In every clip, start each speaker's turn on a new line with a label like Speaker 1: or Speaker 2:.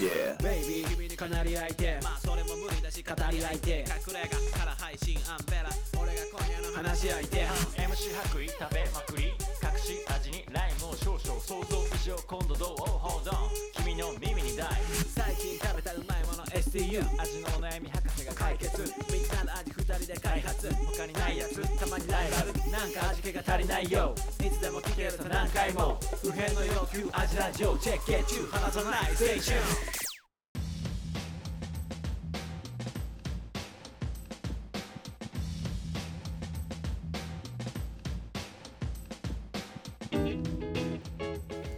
Speaker 1: Yeah
Speaker 2: ベイビー君にかなり相手
Speaker 3: まあそれも無理だし語り合いて隠れ家から配信アンベラ俺が今夜の話し相手
Speaker 4: MC 白衣食べまくり隠し味にライムを少々想像以上今度どう Oh, Hold on 君の耳にダイ
Speaker 3: 最近食べたうまいもの STU
Speaker 4: 味のお悩み博士が
Speaker 3: 解
Speaker 4: 解決
Speaker 3: 決みんなの味二人で開発他にないやつたまにライバルなんか味気が足りないよいつでも聞けると何回も不変の要求味ラジオチェックゲッチュー離さないステーション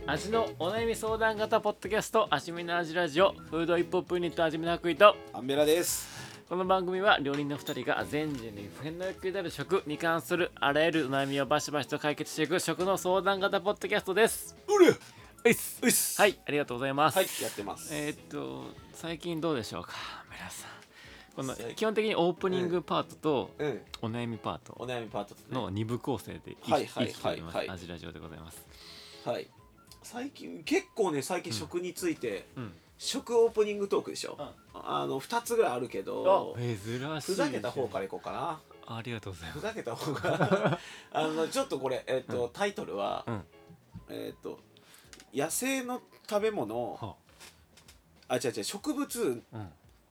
Speaker 5: 味のお悩み相談型ポッドキャスト味見の味ラジオフードイップホップユニット味見の白衣と
Speaker 1: アンベラです
Speaker 5: この番組は料理人の2人が全人類不変の欲求である食に関するあらゆるお悩みをバシバシと解決していく食の相談型ポッドキャストです
Speaker 1: うる
Speaker 5: ういっす
Speaker 1: うっす
Speaker 5: はいありがとうございます、
Speaker 1: はいやってます
Speaker 5: えーっと最近どうでしょうか皆さんこの基本的にオープニングパートと
Speaker 1: うん
Speaker 5: お悩みパート
Speaker 1: お悩みパートですね
Speaker 5: の2部構成で
Speaker 1: はいはいはい
Speaker 5: 生きております
Speaker 1: はい
Speaker 5: 味ラジオでございます
Speaker 1: はい最近結構ね最近食について、
Speaker 5: うん
Speaker 1: 食オープニングトークでしょ、
Speaker 5: うん
Speaker 1: あの2つぐらいあるけど
Speaker 5: 珍しい
Speaker 1: ふざけた方からいこうかな
Speaker 5: ありがとうございま
Speaker 1: ふ
Speaker 5: す
Speaker 1: ざけた方 があのちょっとこれ、えっとタイトルは、
Speaker 5: うん
Speaker 1: えっと野生の食べ物
Speaker 5: は
Speaker 1: あ違う違う植物
Speaker 5: あうん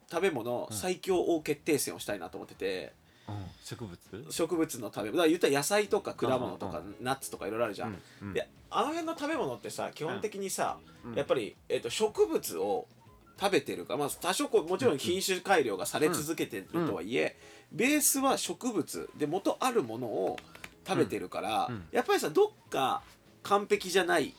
Speaker 1: 食べ物
Speaker 5: うん
Speaker 1: 最強王決定戦をしたいなと思ってて、
Speaker 5: うん植物
Speaker 1: 植物の食べ物だから言ったら野菜とか果物とか、
Speaker 5: う
Speaker 1: ナッツとかいろいろあるじゃん、
Speaker 5: うんうん
Speaker 1: であの辺の食べ物ってさ基本的にさ、
Speaker 5: うん
Speaker 1: やっぱり、えっと植物を食べてるか、まあ、多少こうもちろん品種改良がされ続けてるとはいえ、ベースは植物で元あるものを食べてるから、
Speaker 5: うんうん
Speaker 1: やっぱりさどっか完璧じゃない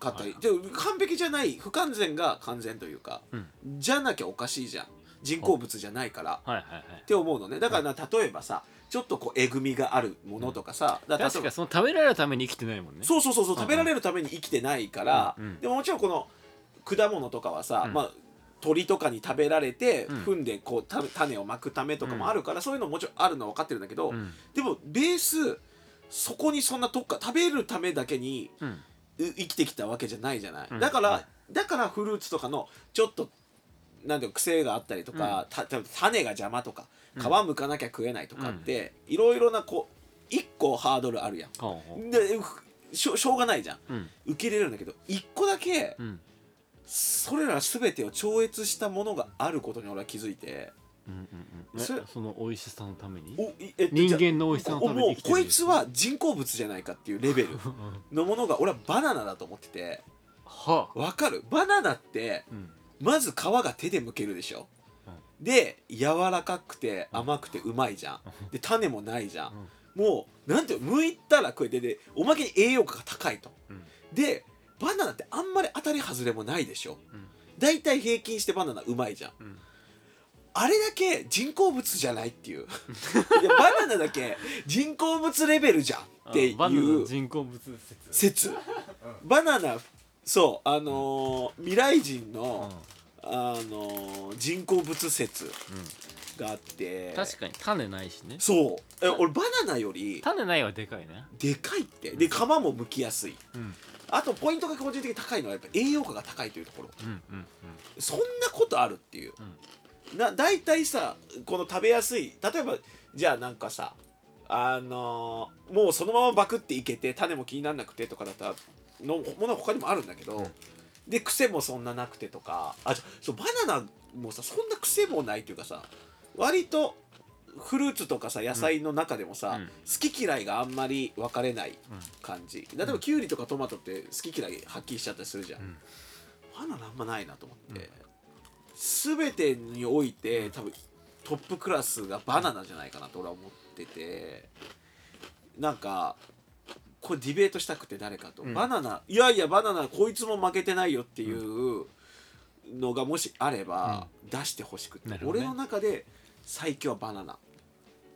Speaker 1: かったり、で完璧じゃない不完全が完全というか、
Speaker 5: うん
Speaker 1: じゃなきゃおかしいじゃん人工物じゃないから。
Speaker 5: はいはいはい
Speaker 1: って思うのねだからな例えばさちょっとこうえぐみがあるものとかさ、だから例え
Speaker 5: 確
Speaker 1: ば
Speaker 5: かその食べられるために生きてないもんね
Speaker 1: そうそうそうそう
Speaker 5: うんうん
Speaker 1: 食べられるために生きてないから、
Speaker 5: うんうん
Speaker 1: でももちろんこの果物とかはさ、
Speaker 5: うん
Speaker 1: まあ鳥とかに食べられて、
Speaker 5: うん
Speaker 1: 踏んでこうた種をまくためとかもあるから、そういうのももちろんあるのは分かってるんだけど、
Speaker 5: ん
Speaker 1: でもベースそこにそんな特化食べるためだけに
Speaker 5: うん
Speaker 1: う生きてきたわけじゃないじゃない、
Speaker 5: うん
Speaker 1: だからだからフルーツとかのちょっとなんていうの癖があったりとか、たた種が邪魔とか皮むかなきゃ食えないとかって、いろいろなこう1個ハードルあるやん。
Speaker 5: ほうほ
Speaker 1: でふしょしょうがないじゃん
Speaker 5: ううん
Speaker 1: 受け入れるんだけど1個だけ
Speaker 5: うん
Speaker 1: それら全てを超越したものがあることに俺は気づいて
Speaker 5: うんうんうん
Speaker 1: それ
Speaker 5: えその美味しさのために
Speaker 1: おいえっと
Speaker 5: 人間の美味しさのために生きて
Speaker 1: もう
Speaker 5: る
Speaker 1: こいつは人工物じゃないかっていうレベルのものが俺はバナナだと思ってて
Speaker 5: は
Speaker 1: わかるバナナって
Speaker 5: あうん
Speaker 1: まず皮が手で剥けるでしょ、で柔らかくて甘くてうまいじゃんで種もないじゃん、もうなんていうの剥いたら食えてでおまけに栄養価が高いと、
Speaker 5: うん
Speaker 1: でバナナってあんまり当たり外れもないでしょ、
Speaker 5: ん
Speaker 1: だいたい平均してバナナうまいじゃん、
Speaker 5: ん
Speaker 1: あれだけ人工物じゃないっていう いやバナナだけ人工物レベルじゃんってい
Speaker 5: あバナナの
Speaker 1: う
Speaker 5: 人工物説
Speaker 1: 説バナナそうあのー未来人の、あのー人工物説があって、
Speaker 5: 確かに種ないしね
Speaker 1: そうえ俺バナナより
Speaker 5: 種ないはでかいね
Speaker 1: でかいってで皮も剥きやすい
Speaker 5: うん
Speaker 1: あとポイントが個人的に高いのはやっぱ栄養価が高いというところ
Speaker 5: うんうん
Speaker 1: そんなことあるっていう、な大体さこの食べやすい例えばじゃあなんかさあのーもうそのままバクっていけて種も気にならなくてとかだったらのものは他にもあるんだけど、で癖もそんななくてとかあじゃそうバナナもさそんな癖もないというかさ割とフルーツとかさ野菜の中でもさ、
Speaker 5: うん
Speaker 1: 好き嫌いがあんまり分かれない
Speaker 5: うん
Speaker 1: 感じ、例えばキュウリとかトマトって好き嫌いはっきりしちゃったりするじゃん、
Speaker 5: ん
Speaker 1: バナナあんまないなと思って、全てにおいて多分トップクラスがバナナじゃないかなと俺は思っててなんかこれディベートしたくて誰かと、
Speaker 5: うん
Speaker 1: バナナいやいやバナナこいつも負けてないよっていうのがもしあれば出してほしくて、
Speaker 5: なるほど
Speaker 1: 俺
Speaker 5: ね
Speaker 1: の中で最強はバナナ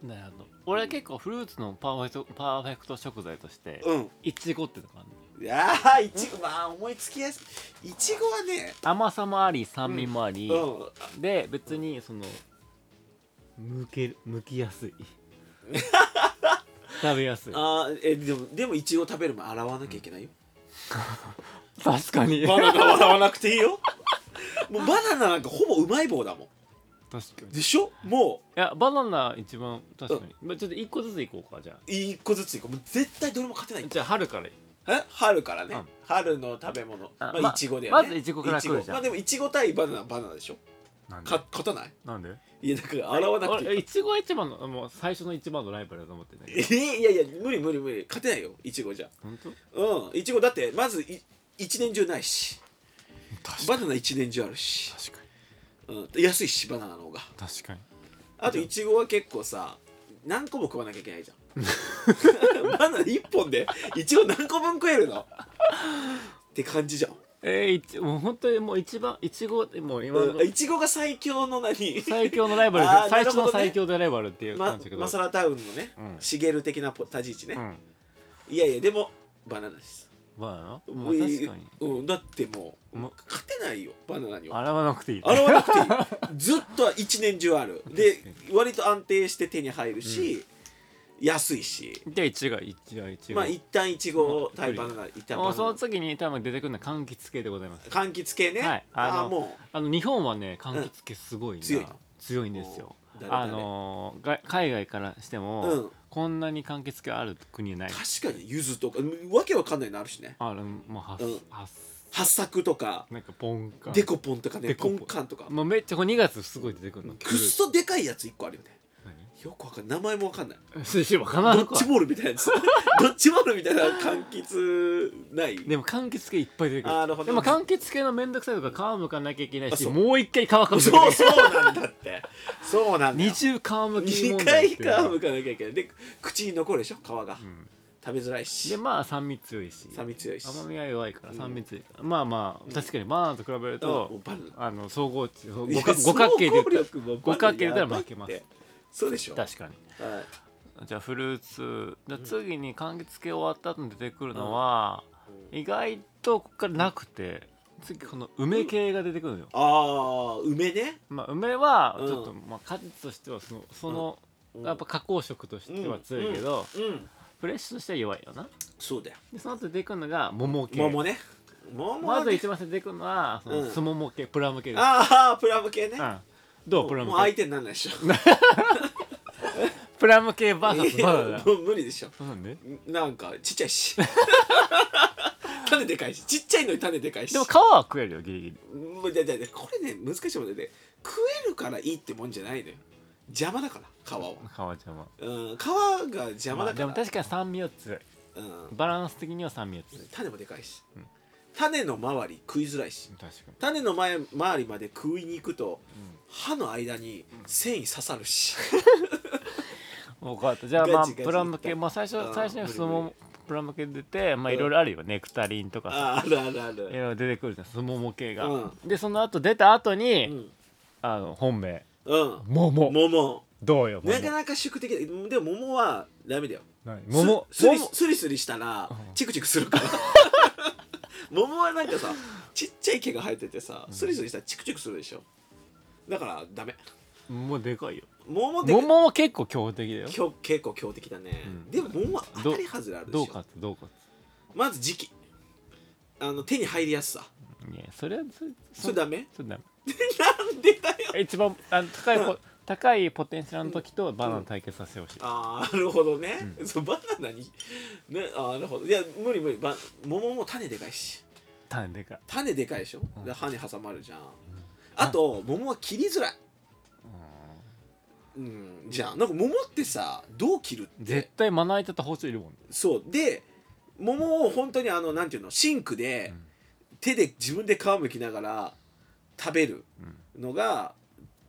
Speaker 5: うんなるほど俺は結構フルーツのパーフェクトパーフェクト食材として
Speaker 1: うん
Speaker 5: いちごってのがあるの
Speaker 1: いやーいちごまあ思いつきやすいいちごはね
Speaker 5: 甘さもあり酸味もあり
Speaker 1: うん
Speaker 5: で別にそのむけるむきやす い食べやすい
Speaker 1: あーえでもでもいちご食べる前洗わなきゃいけないよ
Speaker 5: 確かに
Speaker 1: バナナは洗わなくていいよ もうバナナなんかほぼうまい棒だも
Speaker 5: 確かに
Speaker 1: んでしょも
Speaker 5: いやバナナ一番確かに、まあちょっと一個ずついこうかじゃ
Speaker 1: う一個ずついこうもう絶対どれも勝てな
Speaker 5: あ
Speaker 1: い
Speaker 5: じゃあ春からいい
Speaker 1: え春からね、
Speaker 5: うん
Speaker 1: 春の食べ物
Speaker 5: あ
Speaker 1: ま
Speaker 5: ま
Speaker 1: あいちごだよ
Speaker 5: ま
Speaker 1: ね
Speaker 5: ずいちごから来るじゃん
Speaker 1: いちごまあでもいちご対バナナはバナナでしょ
Speaker 5: なんで
Speaker 1: か勝たない
Speaker 5: なんで
Speaker 1: いやだから洗わなくてい
Speaker 5: 俺
Speaker 1: い
Speaker 5: いちごが一番のもう最初の一番のライバルだと思ってね
Speaker 1: えいやいや無理無理無理勝てないよいちごじゃ
Speaker 5: 本当
Speaker 1: うんいちごだってまずい一年中ないし
Speaker 5: 確
Speaker 1: バナナ一年中あるし、
Speaker 5: 確かに
Speaker 1: うん、安いしバナナの方が
Speaker 5: 確かに
Speaker 1: あといちごは結構さ何個も食わなきゃいけないじゃん バナナ1本でいちご何個分食えるのって感じじゃん
Speaker 5: えー、いちもう本当にもう一番いちごもう今の
Speaker 1: うんいちごが最強の何
Speaker 5: 最強のライバルで
Speaker 1: あー
Speaker 5: 最初
Speaker 1: なるほど
Speaker 5: の
Speaker 1: ね
Speaker 5: 最強のライバルっていう
Speaker 1: ま
Speaker 5: 感じだけど、
Speaker 1: マサラタウンのね、
Speaker 5: うん
Speaker 1: シゲル的なポ立ち位置
Speaker 5: う
Speaker 1: ね、
Speaker 5: ん
Speaker 1: いやいやでもバナナです、
Speaker 5: バナナ、まあ、確
Speaker 1: うい
Speaker 5: かに
Speaker 1: うん、だってもう
Speaker 5: もう
Speaker 1: 勝てないよバナナには
Speaker 5: 洗わなくていい
Speaker 1: 洗わ なくていいずっと一年中あるで割と安定して手に入るし、安いし
Speaker 5: じゃあ1が1が1
Speaker 1: ま
Speaker 5: が
Speaker 1: あ一旦いちご対バナナ一旦バナ
Speaker 5: その
Speaker 1: ナ
Speaker 5: 次に多分出てくるのは柑橘系でございます
Speaker 1: 柑橘系ね、
Speaker 5: はいあの
Speaker 1: ああも
Speaker 5: あの日本はね柑橘系すごいな、
Speaker 1: 強いの
Speaker 5: 強いんですよ
Speaker 1: おー
Speaker 5: あのーが海外からしても、
Speaker 1: うん
Speaker 5: こんなに柑橘系ある国ないう
Speaker 1: 確かに柚子とかわけわかんないのあるしね
Speaker 5: あのもうはす、
Speaker 1: うん
Speaker 5: はす
Speaker 1: 八作とか
Speaker 5: なんかポンカン
Speaker 1: デコポンとかね
Speaker 5: デコ
Speaker 1: ポ
Speaker 5: ポン
Speaker 1: ンカンとか
Speaker 5: もうめっちゃこれ2月すごい出てくるの
Speaker 1: く っそでかいやつ一個あるよね
Speaker 5: 何
Speaker 1: よくわかんない名前もわかんない
Speaker 5: 寿司わからん
Speaker 1: ド
Speaker 5: の
Speaker 1: ッ
Speaker 5: か
Speaker 1: ジボールみたいなやつ ドッジボールみたいな柑橘ない
Speaker 5: でも柑橘系いっぱい出てくる
Speaker 1: あーなるほど
Speaker 5: でも柑橘系のめんどくさいとか皮むかなきゃいけない
Speaker 1: あ
Speaker 5: し
Speaker 1: そう
Speaker 5: もう一回皮かむきゃいけな
Speaker 1: そ
Speaker 5: いう
Speaker 1: そうなんだってそうなんだよ
Speaker 5: 二重皮むき
Speaker 1: 二
Speaker 5: 問題
Speaker 1: 回
Speaker 5: っ
Speaker 1: 皮
Speaker 5: て
Speaker 1: む
Speaker 5: いうの
Speaker 1: か
Speaker 5: が
Speaker 1: なきゃいけないで口に残るでしょ皮が、
Speaker 5: ん
Speaker 1: 食べづらいし
Speaker 5: でまあ酸味強いし
Speaker 1: 酸味強いし
Speaker 5: 甘みが弱いから酸味強いから、まあまあ確かにバナナと比べる
Speaker 1: うんもう
Speaker 5: と、
Speaker 1: バナ
Speaker 5: あの総合値五
Speaker 1: ナいや
Speaker 5: 角五角形で言っ
Speaker 1: 総合
Speaker 5: たら
Speaker 1: 力も
Speaker 5: 五角形で言ったら
Speaker 1: バナナやばい
Speaker 5: 負
Speaker 1: っ
Speaker 5: け
Speaker 1: て
Speaker 5: ます
Speaker 1: そうでしょ、はい、
Speaker 5: 確かにじゃあフルーツじゃあ次に柑橘系終わった後に出てくるのは、意外とここからなくて次この梅系が出てくるのよ、
Speaker 1: ああ梅ね
Speaker 5: まあ、梅は
Speaker 1: うん
Speaker 5: ちょっと、まあ、果実としてはそのその、
Speaker 1: うん
Speaker 5: やっぱ加工食としては強いけど、
Speaker 1: うん
Speaker 5: フレッシュとしては弱いよな
Speaker 1: そうだよ
Speaker 5: でその後出てくるのが桃系
Speaker 1: 桃ね桃は
Speaker 5: ま
Speaker 1: ね
Speaker 5: ず一番最初に出てくるのはその
Speaker 1: うん
Speaker 5: スモモ系プラム系です、
Speaker 1: ああプラム系ね
Speaker 5: うん、どうプラム
Speaker 1: もう
Speaker 5: 系
Speaker 1: 相手にならないでしょ
Speaker 5: プラム系バーサスバナナ
Speaker 1: もう無理でしょ
Speaker 5: なんで
Speaker 1: なんかちっちゃ いし種でかいしちっちゃいのに種でかいし
Speaker 5: でも皮は食えるよギリギリ
Speaker 1: もうじゃじゃこれね難しいもんでね食えるからいいってもんじゃないのよ邪魔だから皮は、
Speaker 5: 皮は邪魔
Speaker 1: うん、皮が邪魔
Speaker 5: まあ
Speaker 1: だ
Speaker 5: で
Speaker 1: から、
Speaker 5: も確かに酸味は強い
Speaker 1: うん、
Speaker 5: バランス的には酸味は強い
Speaker 1: 種もでかいし、種の周り食いづらいし
Speaker 5: 確かに
Speaker 1: 種の前周りまで食いに行くと、歯の間に繊維刺さるし、
Speaker 5: 分かったじゃあま
Speaker 1: ガ
Speaker 5: あ
Speaker 1: チガチ
Speaker 5: プラム系まあ最
Speaker 1: う
Speaker 5: 初
Speaker 1: ん
Speaker 5: 最初に
Speaker 1: 無理
Speaker 5: スモ
Speaker 1: 無
Speaker 5: モプラム系出てまあいろいろあるよネクタリンとかさ
Speaker 1: ああるあるあ
Speaker 5: い
Speaker 1: る
Speaker 5: ろいろ出てくるじゃんスモモ系が、
Speaker 1: う
Speaker 5: でその後出た後
Speaker 1: う
Speaker 5: に、
Speaker 1: ん、
Speaker 5: あの本命
Speaker 1: うん、
Speaker 5: 桃
Speaker 1: 桃
Speaker 5: どうよ桃
Speaker 1: なかなか宿敵だでも桃はダメだよ
Speaker 5: 何桃
Speaker 1: すすり
Speaker 5: 桃
Speaker 1: すりすりしたら
Speaker 5: うん
Speaker 1: チクチクするから 桃はなんかさちっちゃい毛が生えててさすりすりしたらチクチクするでしょだからダメ
Speaker 5: 桃でかいよ
Speaker 1: 桃で
Speaker 5: 桃は結構強敵だよ
Speaker 1: きょ結構強敵だね、
Speaker 5: うん
Speaker 1: でも桃は
Speaker 5: ど
Speaker 1: 当たり外れあるでし
Speaker 5: ど
Speaker 1: ょ
Speaker 5: うかってどうかって
Speaker 1: まず時期あの手に入りやすさ
Speaker 5: いやそれはそれ
Speaker 1: それダメ
Speaker 5: それダメ
Speaker 1: なんでだよ
Speaker 5: 一番あの高い ポ高いポテンシャルの時とバナナ対決させてほしい、
Speaker 1: あーなるほどね、そうバナナにねあーなるほどいや無理無理ば桃も種でかいし
Speaker 5: 種でかい
Speaker 1: 種でかいでしょ、で歯に挟まるじゃん、あと桃は切りづらいうんじゃあなんか桃ってさどう切るって
Speaker 5: 絶対まな板と包丁いるもんね
Speaker 1: そうで桃を本当にあのなんていうのシンクで、手で自分で皮むきながら食べるのが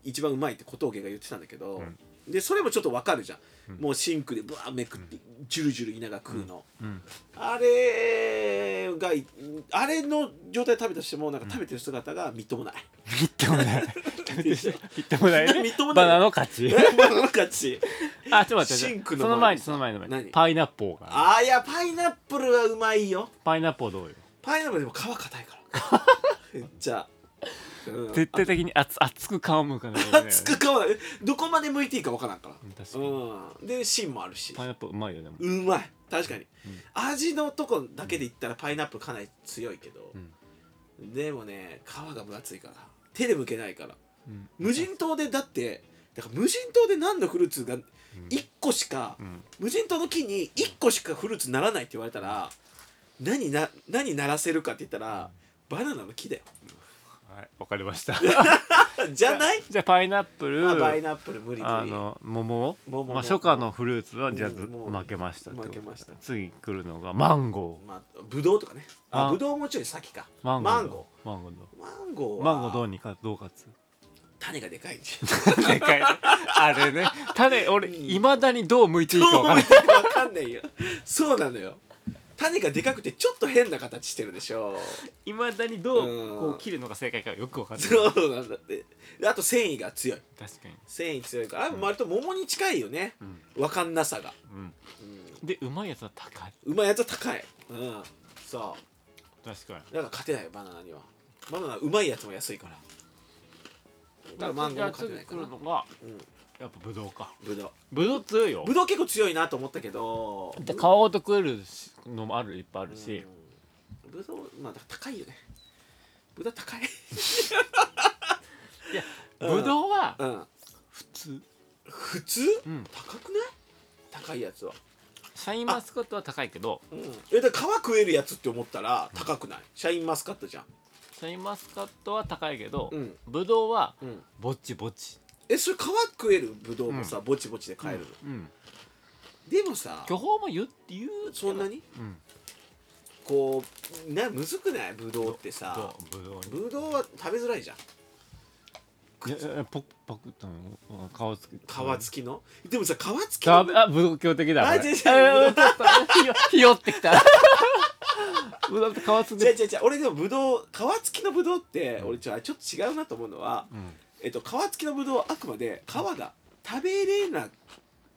Speaker 1: 一番うまいって小峠が言ってたんだけど、でそれもちょっとわかるじゃん、もうシンクでブワーめくって、ジュルジュル言いながら食うの、
Speaker 5: うん
Speaker 1: あれがいあれの状態で食べたとしてもなんか食べてる姿がみっともない、
Speaker 5: みっとも ないみっともないね
Speaker 1: みっともな
Speaker 5: バ
Speaker 1: い
Speaker 5: ナナの勝ち
Speaker 1: バナナ勝ち
Speaker 5: あちょっと待って
Speaker 1: シンクの前に
Speaker 5: その前にその前にその前に
Speaker 1: 何
Speaker 5: パイナップルが
Speaker 1: あーいやパイナップルはうまいよ
Speaker 5: パイナップルどうよ
Speaker 1: パイナップルでも皮硬いから めっちゃ、うん、
Speaker 5: 絶対的に熱熱く顔向かないといけないよね
Speaker 1: 熱く皮はどこまで向いていいかわからんから
Speaker 5: うん確かに
Speaker 1: うんで芯もあるし
Speaker 5: パイナップルうまいよねも
Speaker 1: うまい確かに、味のとこだけで言ったらパイナップルかなり強いけど、でもね皮が分厚いから手で剥けないから
Speaker 5: うん
Speaker 1: 無人島でだってだから無人島で何のフルーツが1個しか、
Speaker 5: ん
Speaker 1: 無人島の木に1個しかフルーツならないって言われたら何な何ならせるかって言ったらバナナの木だよ
Speaker 5: はいわかりました
Speaker 1: じゃない、
Speaker 5: じゃあパイナップル
Speaker 1: まあ、パイナップル無理無
Speaker 5: あ
Speaker 1: 理
Speaker 5: の桃
Speaker 1: 桃
Speaker 5: まあ、初夏のフルーツはじゃあ
Speaker 1: うんもう
Speaker 5: 負けましたってこと
Speaker 1: 負けました
Speaker 5: 次来るのがマンゴー
Speaker 1: まあ、ブドウとかねあ
Speaker 5: あ
Speaker 1: ブドウもうちょい先か
Speaker 5: マンゴー
Speaker 1: マンゴ
Speaker 5: マンゴーど
Speaker 1: ーマンゴー
Speaker 5: う
Speaker 1: は
Speaker 5: マンゴーどうにかどうかつ
Speaker 1: 種がでかいんじ
Speaker 5: でかいねあれね種俺いまだにどう向いていい
Speaker 1: ゃん
Speaker 5: か
Speaker 1: ど
Speaker 5: 分
Speaker 1: う
Speaker 5: からないい
Speaker 1: 思 てるか分かんないよそうなのよ種がでかくてちょっと変な形してるでしょ
Speaker 5: いまだにど
Speaker 1: うん
Speaker 5: うこう切るのが正解かよく分かんない
Speaker 1: そうなんだってであと繊維が強い
Speaker 5: 確かに、
Speaker 1: 繊維強いからあ割と桃に近いよね
Speaker 5: うん
Speaker 1: 分かんなさが
Speaker 5: うんでうまいやつは高いう
Speaker 1: まいやつは高いうんそ
Speaker 5: 確かに
Speaker 1: うだから勝てないよバナナにはバナナうまいやつも安いからだからマンゴーも勝てないか
Speaker 5: じゃあ次来
Speaker 1: ら
Speaker 5: るのが、
Speaker 1: うん
Speaker 5: やっぱブドウか
Speaker 1: ブドウ
Speaker 5: ブドウ強いよ
Speaker 1: ブドウ結構強いなと思ったけど
Speaker 5: で皮ごと食えるのもあるいっぱいあるし、
Speaker 1: うんブドウまあだから高いよねブドウ高いうん
Speaker 5: ブドウは
Speaker 1: うん
Speaker 5: 普通
Speaker 1: 普通、
Speaker 5: うん
Speaker 1: 高くない高いやつは
Speaker 5: シャインマスカットは高いけど
Speaker 1: うんえだから皮食えるやつって思ったら高くないシャインマスカットじゃん
Speaker 5: シャインマスカットは高いけど、
Speaker 1: うん
Speaker 5: ブドウは
Speaker 1: うん
Speaker 5: ぼっちぼっち
Speaker 1: えそれ皮食えるブドウもさ、ぼちぼちで買えるの、
Speaker 5: うん
Speaker 1: でもさ
Speaker 5: 巨峰も言うって言う
Speaker 1: そんなに
Speaker 5: うん
Speaker 1: こうなむずくないブドウってさ
Speaker 5: どうブドウに
Speaker 1: ブドウは食べづらいじゃん
Speaker 5: いやいやポクポクと顔つけ
Speaker 1: 皮付きの、でもさ皮付きの
Speaker 5: ダメあ武道強敵だ
Speaker 1: あ
Speaker 5: これ
Speaker 1: 違う違う
Speaker 5: あちょっとひよひよって きた武道って皮つ
Speaker 1: 違う
Speaker 5: け
Speaker 1: 違う違う俺でもブドウ皮付きのブドウって、俺ちょちょっと違うなと思うのは、
Speaker 5: うん
Speaker 1: えっと、皮付きのブドウはあくまで皮が食べれな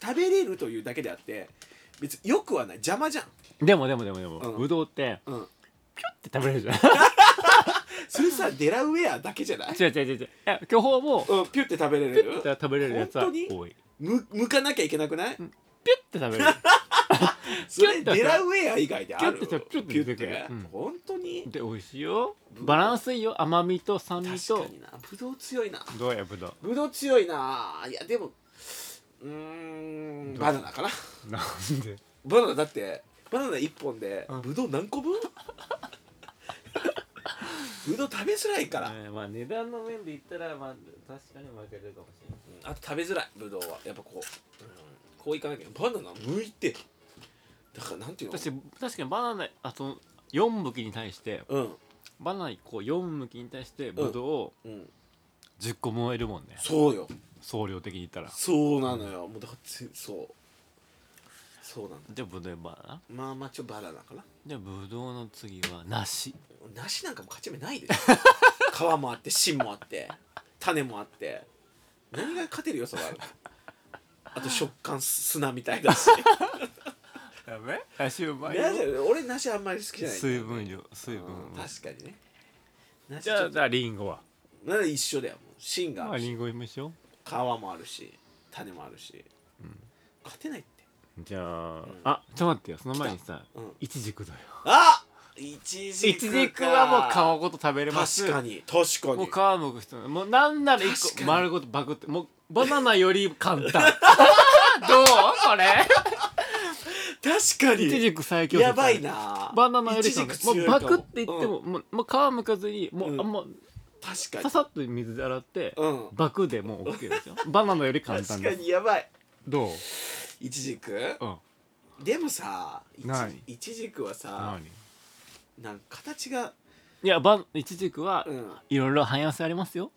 Speaker 1: 食べれるというだけであって別によくはない邪魔じゃん、
Speaker 5: でもでもでもでも、
Speaker 1: うん
Speaker 5: ブドウって
Speaker 1: うん、
Speaker 5: ピュッて食べれ るじゃん
Speaker 1: それさデラウェアだけじゃない、
Speaker 5: 違う違う違う違ういや巨峰も
Speaker 1: うん、ピュッて食べれ
Speaker 5: ピ
Speaker 1: る
Speaker 5: ュッて食べれるやつは多
Speaker 1: 本当
Speaker 5: い
Speaker 1: に
Speaker 5: ピュッ
Speaker 1: むむかなきゃいけなくない
Speaker 5: て食べれる
Speaker 1: それデラウェア以外である
Speaker 5: ピュッてさピュッて
Speaker 1: ピュッ
Speaker 5: 出てく
Speaker 1: て
Speaker 5: るうん
Speaker 1: 本当に
Speaker 5: で美味しいよバランスいいよ甘みと酸味
Speaker 1: 確
Speaker 5: と
Speaker 1: かになブドウ強いな
Speaker 5: どうやぶど
Speaker 1: ブドウ強いないやでもうーんバナナかな
Speaker 5: うなんで
Speaker 1: バナナだってバナナ1本で
Speaker 5: うん
Speaker 1: ブドウ何個分 ブドウ食べづらいから、
Speaker 5: まあ値段の面で言ったらまあ確かに負けるかもしれない
Speaker 1: あと食べづらいブドウはやっぱこう、うんこういかなきゃバナナ剥いてだからなんていうの
Speaker 5: 私確かにバナナあと4向きに対して
Speaker 1: うん
Speaker 5: バナナこう4向きに対してブドウを
Speaker 1: うん
Speaker 5: 10個燃えるもんね、
Speaker 1: そうよ
Speaker 5: 総量的に言ったら
Speaker 1: そうなのよもうだからつそうそうなんだ
Speaker 5: じゃあブドウバナナ
Speaker 1: まあまあちょっとバナナかな
Speaker 5: じゃあブドウの次は梨
Speaker 1: 梨なんかも勝ち目ないでし ょ皮もあって芯もあって種もあって何が勝てる要素があるあと食感砂みたいだ し
Speaker 5: ダメ梨うま
Speaker 1: なんだよ俺梨あんまり好きじゃないんだ
Speaker 5: 水
Speaker 1: よね
Speaker 5: 分量水分
Speaker 1: うん確かにね梨
Speaker 5: じ
Speaker 1: ちょ
Speaker 5: ゃあ
Speaker 1: っ
Speaker 5: じ
Speaker 1: と
Speaker 5: ゃあリンゴは
Speaker 1: なんで一緒だよもう芯が
Speaker 5: ま
Speaker 1: あ
Speaker 5: あ
Speaker 1: る
Speaker 5: リ
Speaker 1: し
Speaker 5: ンゴ見ましょ
Speaker 1: 皮もあるし種もあるし、勝てないって
Speaker 5: うじゃあ、あちょっと待ってよその前にさ、
Speaker 1: うん
Speaker 5: イチジクだよ
Speaker 1: あいちじ
Speaker 5: イ
Speaker 1: く
Speaker 5: チジクはもう皮ごと食べれます
Speaker 1: 確かに確か
Speaker 5: もう
Speaker 1: に
Speaker 5: 皮むく人もうなんなら一
Speaker 1: 確か
Speaker 5: 個
Speaker 1: に
Speaker 5: 丸ごとバクってもうバナナより簡 単どうこれ
Speaker 1: 確か
Speaker 5: イチ
Speaker 1: に
Speaker 5: ジク最強説
Speaker 1: やばいな
Speaker 5: バナナより
Speaker 1: 一
Speaker 5: 簡
Speaker 1: 軸
Speaker 5: 単も
Speaker 1: 強いうかも
Speaker 5: バクっていっても、もうもう皮むかずにもう、
Speaker 1: うん
Speaker 5: あもう
Speaker 1: 確か
Speaker 5: さ
Speaker 1: に
Speaker 5: さっと水で洗って、
Speaker 1: うん
Speaker 5: バクでもう OK ですよバナナより簡単
Speaker 1: 確か
Speaker 5: です
Speaker 1: にやばい
Speaker 5: どう
Speaker 1: いちじく
Speaker 5: うん
Speaker 1: でもさいち
Speaker 5: 何
Speaker 1: いちじくはさ
Speaker 5: 何
Speaker 1: なんか形が
Speaker 5: いやバンイチジクは、
Speaker 1: うん
Speaker 5: いろいろ汎用性ありますよ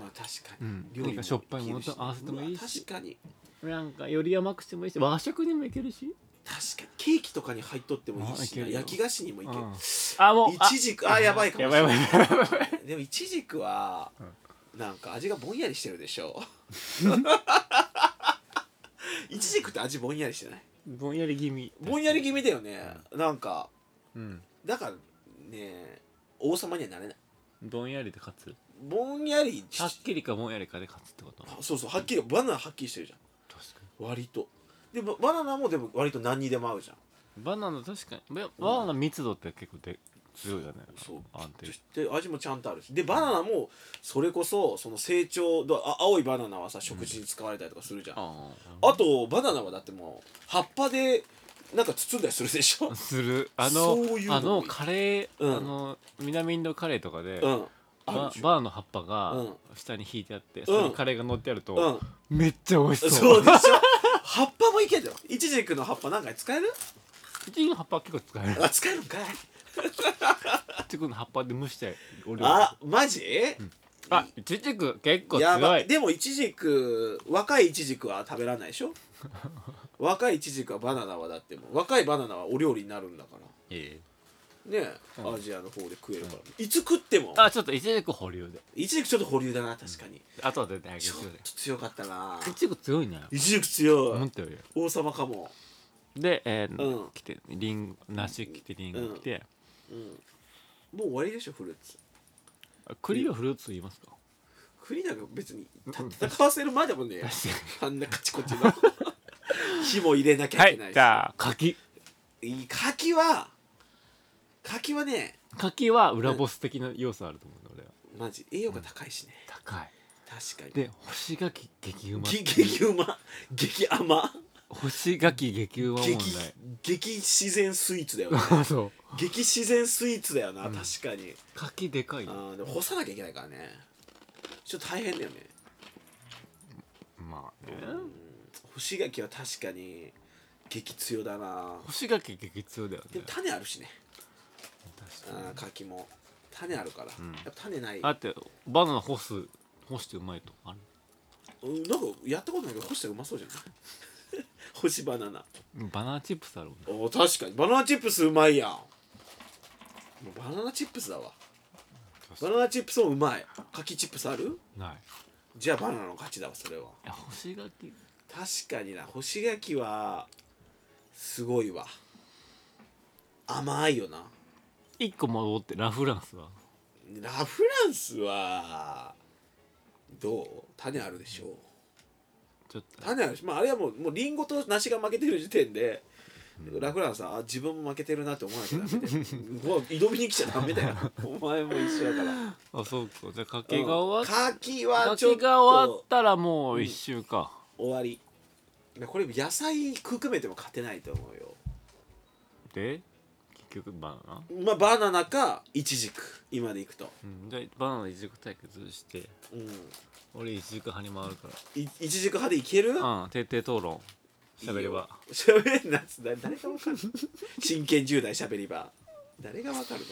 Speaker 1: まあ確か
Speaker 5: う
Speaker 1: に
Speaker 5: ん
Speaker 1: 料理
Speaker 5: なんかしょっぱいものと合わせてもいいし
Speaker 1: うわ確かに
Speaker 5: なんかより甘くしてもいいし和食にもいけるし
Speaker 1: 確かにケーキとかに入っとってもいい
Speaker 5: あい
Speaker 1: し
Speaker 5: け
Speaker 1: な
Speaker 5: るよ
Speaker 1: 焼き菓子にもいける
Speaker 5: うんあもう
Speaker 1: い
Speaker 5: あ
Speaker 1: ちじくあやばいかもしれない
Speaker 5: やばいやばいやばい
Speaker 1: でもいちじくは、なんか味がぼんやりしてるでし ょいちじくって味ぼんやりしてない
Speaker 5: ぼんやり気味
Speaker 1: ぼんやり気味だよね、なんか
Speaker 5: うん
Speaker 1: だからね王様にはなれない
Speaker 5: ぼんやりで勝つ
Speaker 1: ぼんやりし
Speaker 5: はっきりかぼんやりかで勝つってこと
Speaker 1: あそうそうはっきりバナナはっきりしてるじゃん割とでババナナもでも割と何にでも合うじゃん
Speaker 5: バナナ確かにババナナ密度って結構で強いよね
Speaker 1: そう
Speaker 5: 安定
Speaker 1: そして味もちゃんとあるしでバナナもそれこそその成長だあ青いバナナはさ食事に使われたりとかするじゃん、あ
Speaker 5: あ
Speaker 1: とバナナはだってもう葉っぱでなんか包んだりするでしょ
Speaker 5: あするあ
Speaker 1: そ
Speaker 5: の
Speaker 1: ういうの
Speaker 5: あのカレー、
Speaker 1: うん
Speaker 5: あの南インドカレーとかで、
Speaker 1: うんあ
Speaker 5: バ
Speaker 1: るでしょ
Speaker 5: バーの葉っぱが
Speaker 1: うん
Speaker 5: 下に引いてあって、それにカレーが乗ってある
Speaker 1: う
Speaker 5: と
Speaker 1: ん、
Speaker 5: めっちゃ美味しそ
Speaker 1: そう うでしょ葉っぱもいけんじゃんイチジクの葉っぱなんかに使える
Speaker 5: イチジクの葉っぱ結構使えるイ
Speaker 1: あ使えるんかい
Speaker 5: チジクの葉っぱで蒸してお料理
Speaker 1: あマジ、
Speaker 5: あイチジク結構
Speaker 1: や
Speaker 5: 強
Speaker 1: ば
Speaker 5: い
Speaker 1: でもイチジク若いイチジクは食べられないでし ょ若いイチジクはバナナはだってもう若いバナナはお料理になるんだから
Speaker 5: ええ
Speaker 1: ねえ、アジアの方で食えるから、いつ食っても
Speaker 5: あちょっとイチジク保留で
Speaker 1: イチジクちょっと保留だな確かに、
Speaker 5: あとは絶対あげ
Speaker 1: ちょっと強かったな
Speaker 5: イチジク強いね
Speaker 1: イチジク強
Speaker 5: 思
Speaker 1: い
Speaker 5: ったより
Speaker 1: 王様かも
Speaker 5: で、えー
Speaker 1: うん
Speaker 5: 来てリンゴ梨来てリンゴ来て、
Speaker 1: もう終わりでしょフルーツ
Speaker 5: 栗はフルーツ言いますか
Speaker 1: 栗なんか別にた戦わせるまでもねあんなカチコ チの火も入れなきゃ
Speaker 5: はい
Speaker 1: けない
Speaker 5: い
Speaker 1: し、
Speaker 5: じゃあ柿
Speaker 1: いい柿は柿はね
Speaker 5: 柿は裏ボス的な要素あると思うんだ俺は
Speaker 1: マジ栄養価高いしね、
Speaker 5: 高い
Speaker 1: 確かに
Speaker 5: で干し柿激うまってい
Speaker 1: 激
Speaker 5: う
Speaker 1: 激うま激甘
Speaker 5: 干し柿激うま問
Speaker 1: 激
Speaker 5: 題
Speaker 1: 激自然スイー ツだよね
Speaker 5: そう
Speaker 1: 激自然スイーツだよな、確かに
Speaker 5: 柿でかいよ
Speaker 1: あーでも干さなきゃいけないからねちょっと大変だよね
Speaker 5: まあね
Speaker 1: 干し柿は確かに激強だな
Speaker 5: 干し柿激強だよ
Speaker 1: で
Speaker 5: ね
Speaker 1: も種あるしね
Speaker 5: 確かに
Speaker 1: あー柿も種あるから、
Speaker 5: ん
Speaker 1: やっぱ種ない
Speaker 5: だってバナナ干す干してうまいとかある
Speaker 1: うんなんかやったことないけど干したらうまそうじゃない 干しバナナ
Speaker 5: バナナチップスあるもんね
Speaker 1: おー確かにバナナチップスうまいやんもうバナナチップスだわバナナチップスもうまい柿チップスある
Speaker 5: ないい
Speaker 1: じゃあバナナの勝ちだわそれは
Speaker 5: や干し柿
Speaker 1: 確かにな干し柿はすごいわ甘いよな
Speaker 5: 一個戻ってラ・フランスは
Speaker 1: ラ・フランスはどう種あるでしょう
Speaker 5: ちょっと
Speaker 1: 種あるし、まあ、あれはもうもうリンゴと梨が負けてる時点で、ラ・フランスはあ自分も負けてるなって思わな きゃダメでうわ挑みに来ちゃダメだよお前も一緒だから
Speaker 5: あそうかじゃあ柿が終わっ
Speaker 1: 柿はちょっ
Speaker 5: 柿が終わっ
Speaker 1: と
Speaker 5: たらもう一周か、
Speaker 1: 終わりこれ野菜含めても勝てないと思うよ
Speaker 5: で結局バナナ、
Speaker 1: まあバナナかイチジク今でいくと、
Speaker 5: うん、じゃあバナナいちご対決して
Speaker 1: うん、
Speaker 5: 俺いちご派に回るか
Speaker 1: い一軸派でいける
Speaker 5: らうん徹底討論喋れば
Speaker 1: しゃべんなっつ誰誰がわかる 真剣10代しゃべりば誰がわかる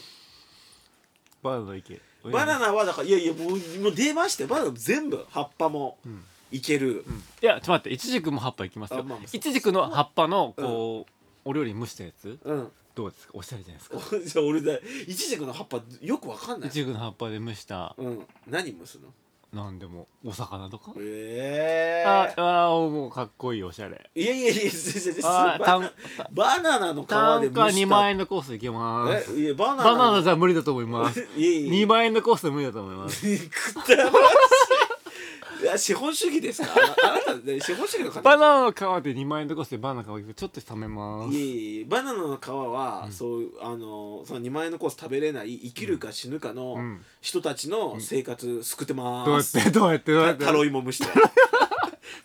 Speaker 5: バナナいけ
Speaker 1: のバナナはだからいやいやもうもう出ましたよバナナ全部葉っぱもいける、
Speaker 5: いやちょっと待っていちじくも葉っぱいきます
Speaker 1: あ
Speaker 5: よ
Speaker 1: まあまあ
Speaker 5: いちじくの葉っぱのこう、お料理に蒸したやつ
Speaker 1: うん
Speaker 5: どうですかおしゃれじゃないですか
Speaker 1: お じゃあ俺だイチジクの葉っぱよくわかんない
Speaker 5: いちじくの葉っぱで蒸した
Speaker 1: うん何蒸すの
Speaker 5: なんでもお魚とか、
Speaker 1: ええ
Speaker 5: ああーもうかっこいいおしゃれ
Speaker 1: いやいやいやいやいやい
Speaker 5: あ
Speaker 1: や
Speaker 5: ー
Speaker 1: バ
Speaker 5: た
Speaker 1: ナ
Speaker 5: ん
Speaker 1: バナナの皮で
Speaker 5: 単価
Speaker 1: 蒸し
Speaker 5: 2
Speaker 1: た
Speaker 5: 万円のコースいけます
Speaker 1: えいやバナナ
Speaker 5: バナナじゃ無理だと思います
Speaker 1: いやいやいや
Speaker 5: 2万円のコースは無理だと思います
Speaker 1: くだらしいいや資本主義ですかあなあなた、ね、資本主義の考え
Speaker 5: バナナの皮で2万円のコースでバナナ皮ちょっと冷めます
Speaker 1: いえいえバナナの皮は、そうあのその2万円のコース食べれない生きるか死ぬかの
Speaker 5: ん
Speaker 1: 人たちの生活救ってま
Speaker 5: どうや
Speaker 1: ー
Speaker 5: っ
Speaker 1: す、
Speaker 5: てどうやってどうやって
Speaker 1: た タロイモ蒸して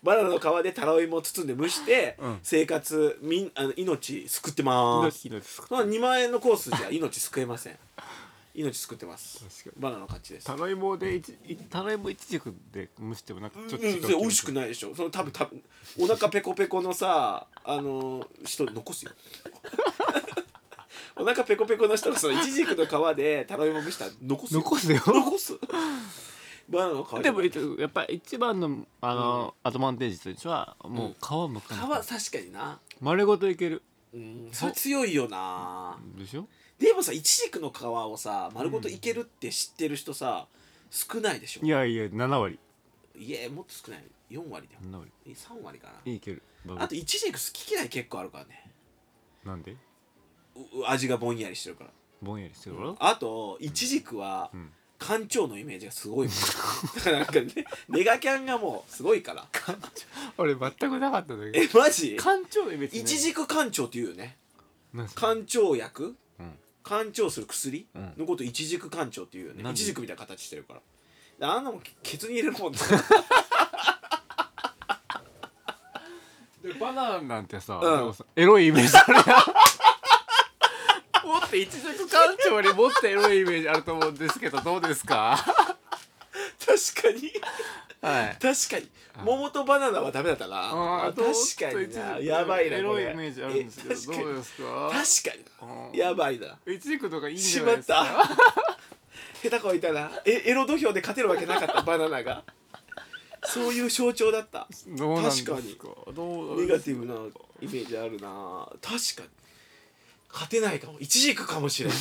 Speaker 1: バナナの皮でタロイモ包んで蒸して、
Speaker 5: うん
Speaker 1: 生活みんあの命救ってまーす
Speaker 5: 命です
Speaker 1: まあ2万円のコースじゃ命救えません命救ってます
Speaker 5: 確か
Speaker 1: バナナの勝ちです
Speaker 5: タロイモでいちいタロイモいちじくで蒸してもなんかちょっと違
Speaker 1: う、
Speaker 5: うん
Speaker 1: それ美味しくないでしょその多分多分お腹ペコペコのさあのー人残すよ お腹ペコペコの人がそのイチジクの皮でタロイモ蒸したら残すよ
Speaker 5: 残すよ
Speaker 1: 残すバナナの皮
Speaker 5: でもえっとやっぱ一番のあの、アドバンテージとしてはもう皮む
Speaker 1: 皮
Speaker 5: かない、
Speaker 1: 確かにな
Speaker 5: 丸ごといける
Speaker 1: うんそれ強いよな
Speaker 5: でしょ
Speaker 1: でもさイチジクの皮をさ丸ごといけるって知ってる人さ少ないでしょ
Speaker 5: いやいや7割
Speaker 1: いやもっと少ない4割だよ
Speaker 5: 7割
Speaker 1: 3割かない
Speaker 5: ける
Speaker 1: あとイチジク好き嫌い結構あるからね
Speaker 5: なんで
Speaker 1: う味がぼんやりしてるから
Speaker 5: ぼんやりしてるから、
Speaker 1: あとイチジクは
Speaker 5: ん
Speaker 1: 館長のイメージがす ごいもんだからなんかねネガキャンがもうすごいから
Speaker 5: 俺全くなかったんだけ
Speaker 1: えマジ
Speaker 5: ど館長のイメージ
Speaker 1: イチジク館長っていうよね
Speaker 5: なんすか
Speaker 1: 館長役、
Speaker 5: うん
Speaker 1: 干潮する薬
Speaker 5: うん
Speaker 1: のことを一軸干潮っていうよね
Speaker 5: 何
Speaker 1: 一軸みたいな形してるからであんなもんケツに入れる もんね
Speaker 5: でバナナなんてさ、
Speaker 1: うん
Speaker 5: でもさエロいイメージあるやん持って一軸 館長に持ってエロいイメージあると思うんですけどどうですか
Speaker 1: 確かに
Speaker 5: はい
Speaker 1: 確かに桃とバナナはダメだったな
Speaker 5: あ
Speaker 1: あ
Speaker 5: ーどう
Speaker 1: 確かになやばいな
Speaker 5: エ
Speaker 1: こ
Speaker 5: ロ
Speaker 1: れ
Speaker 5: いイメージあるんですけ
Speaker 1: え
Speaker 5: どどうですか
Speaker 1: 確かに確か
Speaker 5: うん
Speaker 1: にやばいな
Speaker 5: 一軸とかいいんじ
Speaker 1: し
Speaker 5: ゃな
Speaker 1: ま
Speaker 5: い
Speaker 1: っ
Speaker 5: です
Speaker 1: た
Speaker 5: か
Speaker 1: 下手こいたなえエロ土俵で勝てるわけなかったバナナがそういう象徴だった
Speaker 5: どうなんですか
Speaker 1: 確
Speaker 5: どう
Speaker 1: ネガティブなイメージあるな確かに勝てないかも一軸かもし れん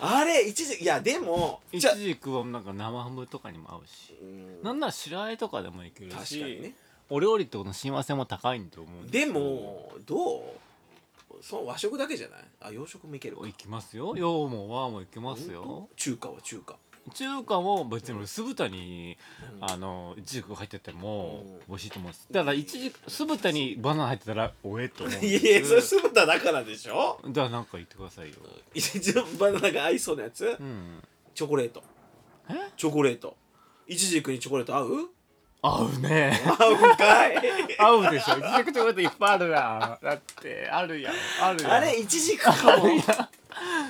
Speaker 1: あれ一軸いやでも
Speaker 5: イ
Speaker 1: じゃあ
Speaker 5: チジクはなんか生ハムとかにも合うし
Speaker 1: うん
Speaker 5: なんなら白あえとかでもいけるし
Speaker 1: 確かにね
Speaker 5: お料理ってことの親和性も高いんと思うんす
Speaker 1: で
Speaker 5: けど
Speaker 1: もどうその和食だけじゃないあ洋食もいけるか
Speaker 5: いきますよ洋も和もいけますよ
Speaker 1: 中華は中華
Speaker 5: 中華も別に俺酢豚に、
Speaker 1: うん
Speaker 5: あのいちじくが入ってても
Speaker 1: うん
Speaker 5: 美味しいと思うんですだからいちじく酢豚にバナナ入ってたらおえっと思うん
Speaker 1: い
Speaker 5: で
Speaker 1: や
Speaker 5: す
Speaker 1: いやそれ酢豚だからでしょ
Speaker 5: だからなんか言ってくださいよ
Speaker 1: 一応バナナが合いそうなやつ
Speaker 5: うん
Speaker 1: チョコレート
Speaker 5: え
Speaker 1: チョコレートイチジクにチョコレート合う
Speaker 5: 合うね
Speaker 1: 合うんかい
Speaker 5: 合うでしょいちじくチョコレートいっぱいあるやんだってあるやんあるやん
Speaker 1: あれイチジクかも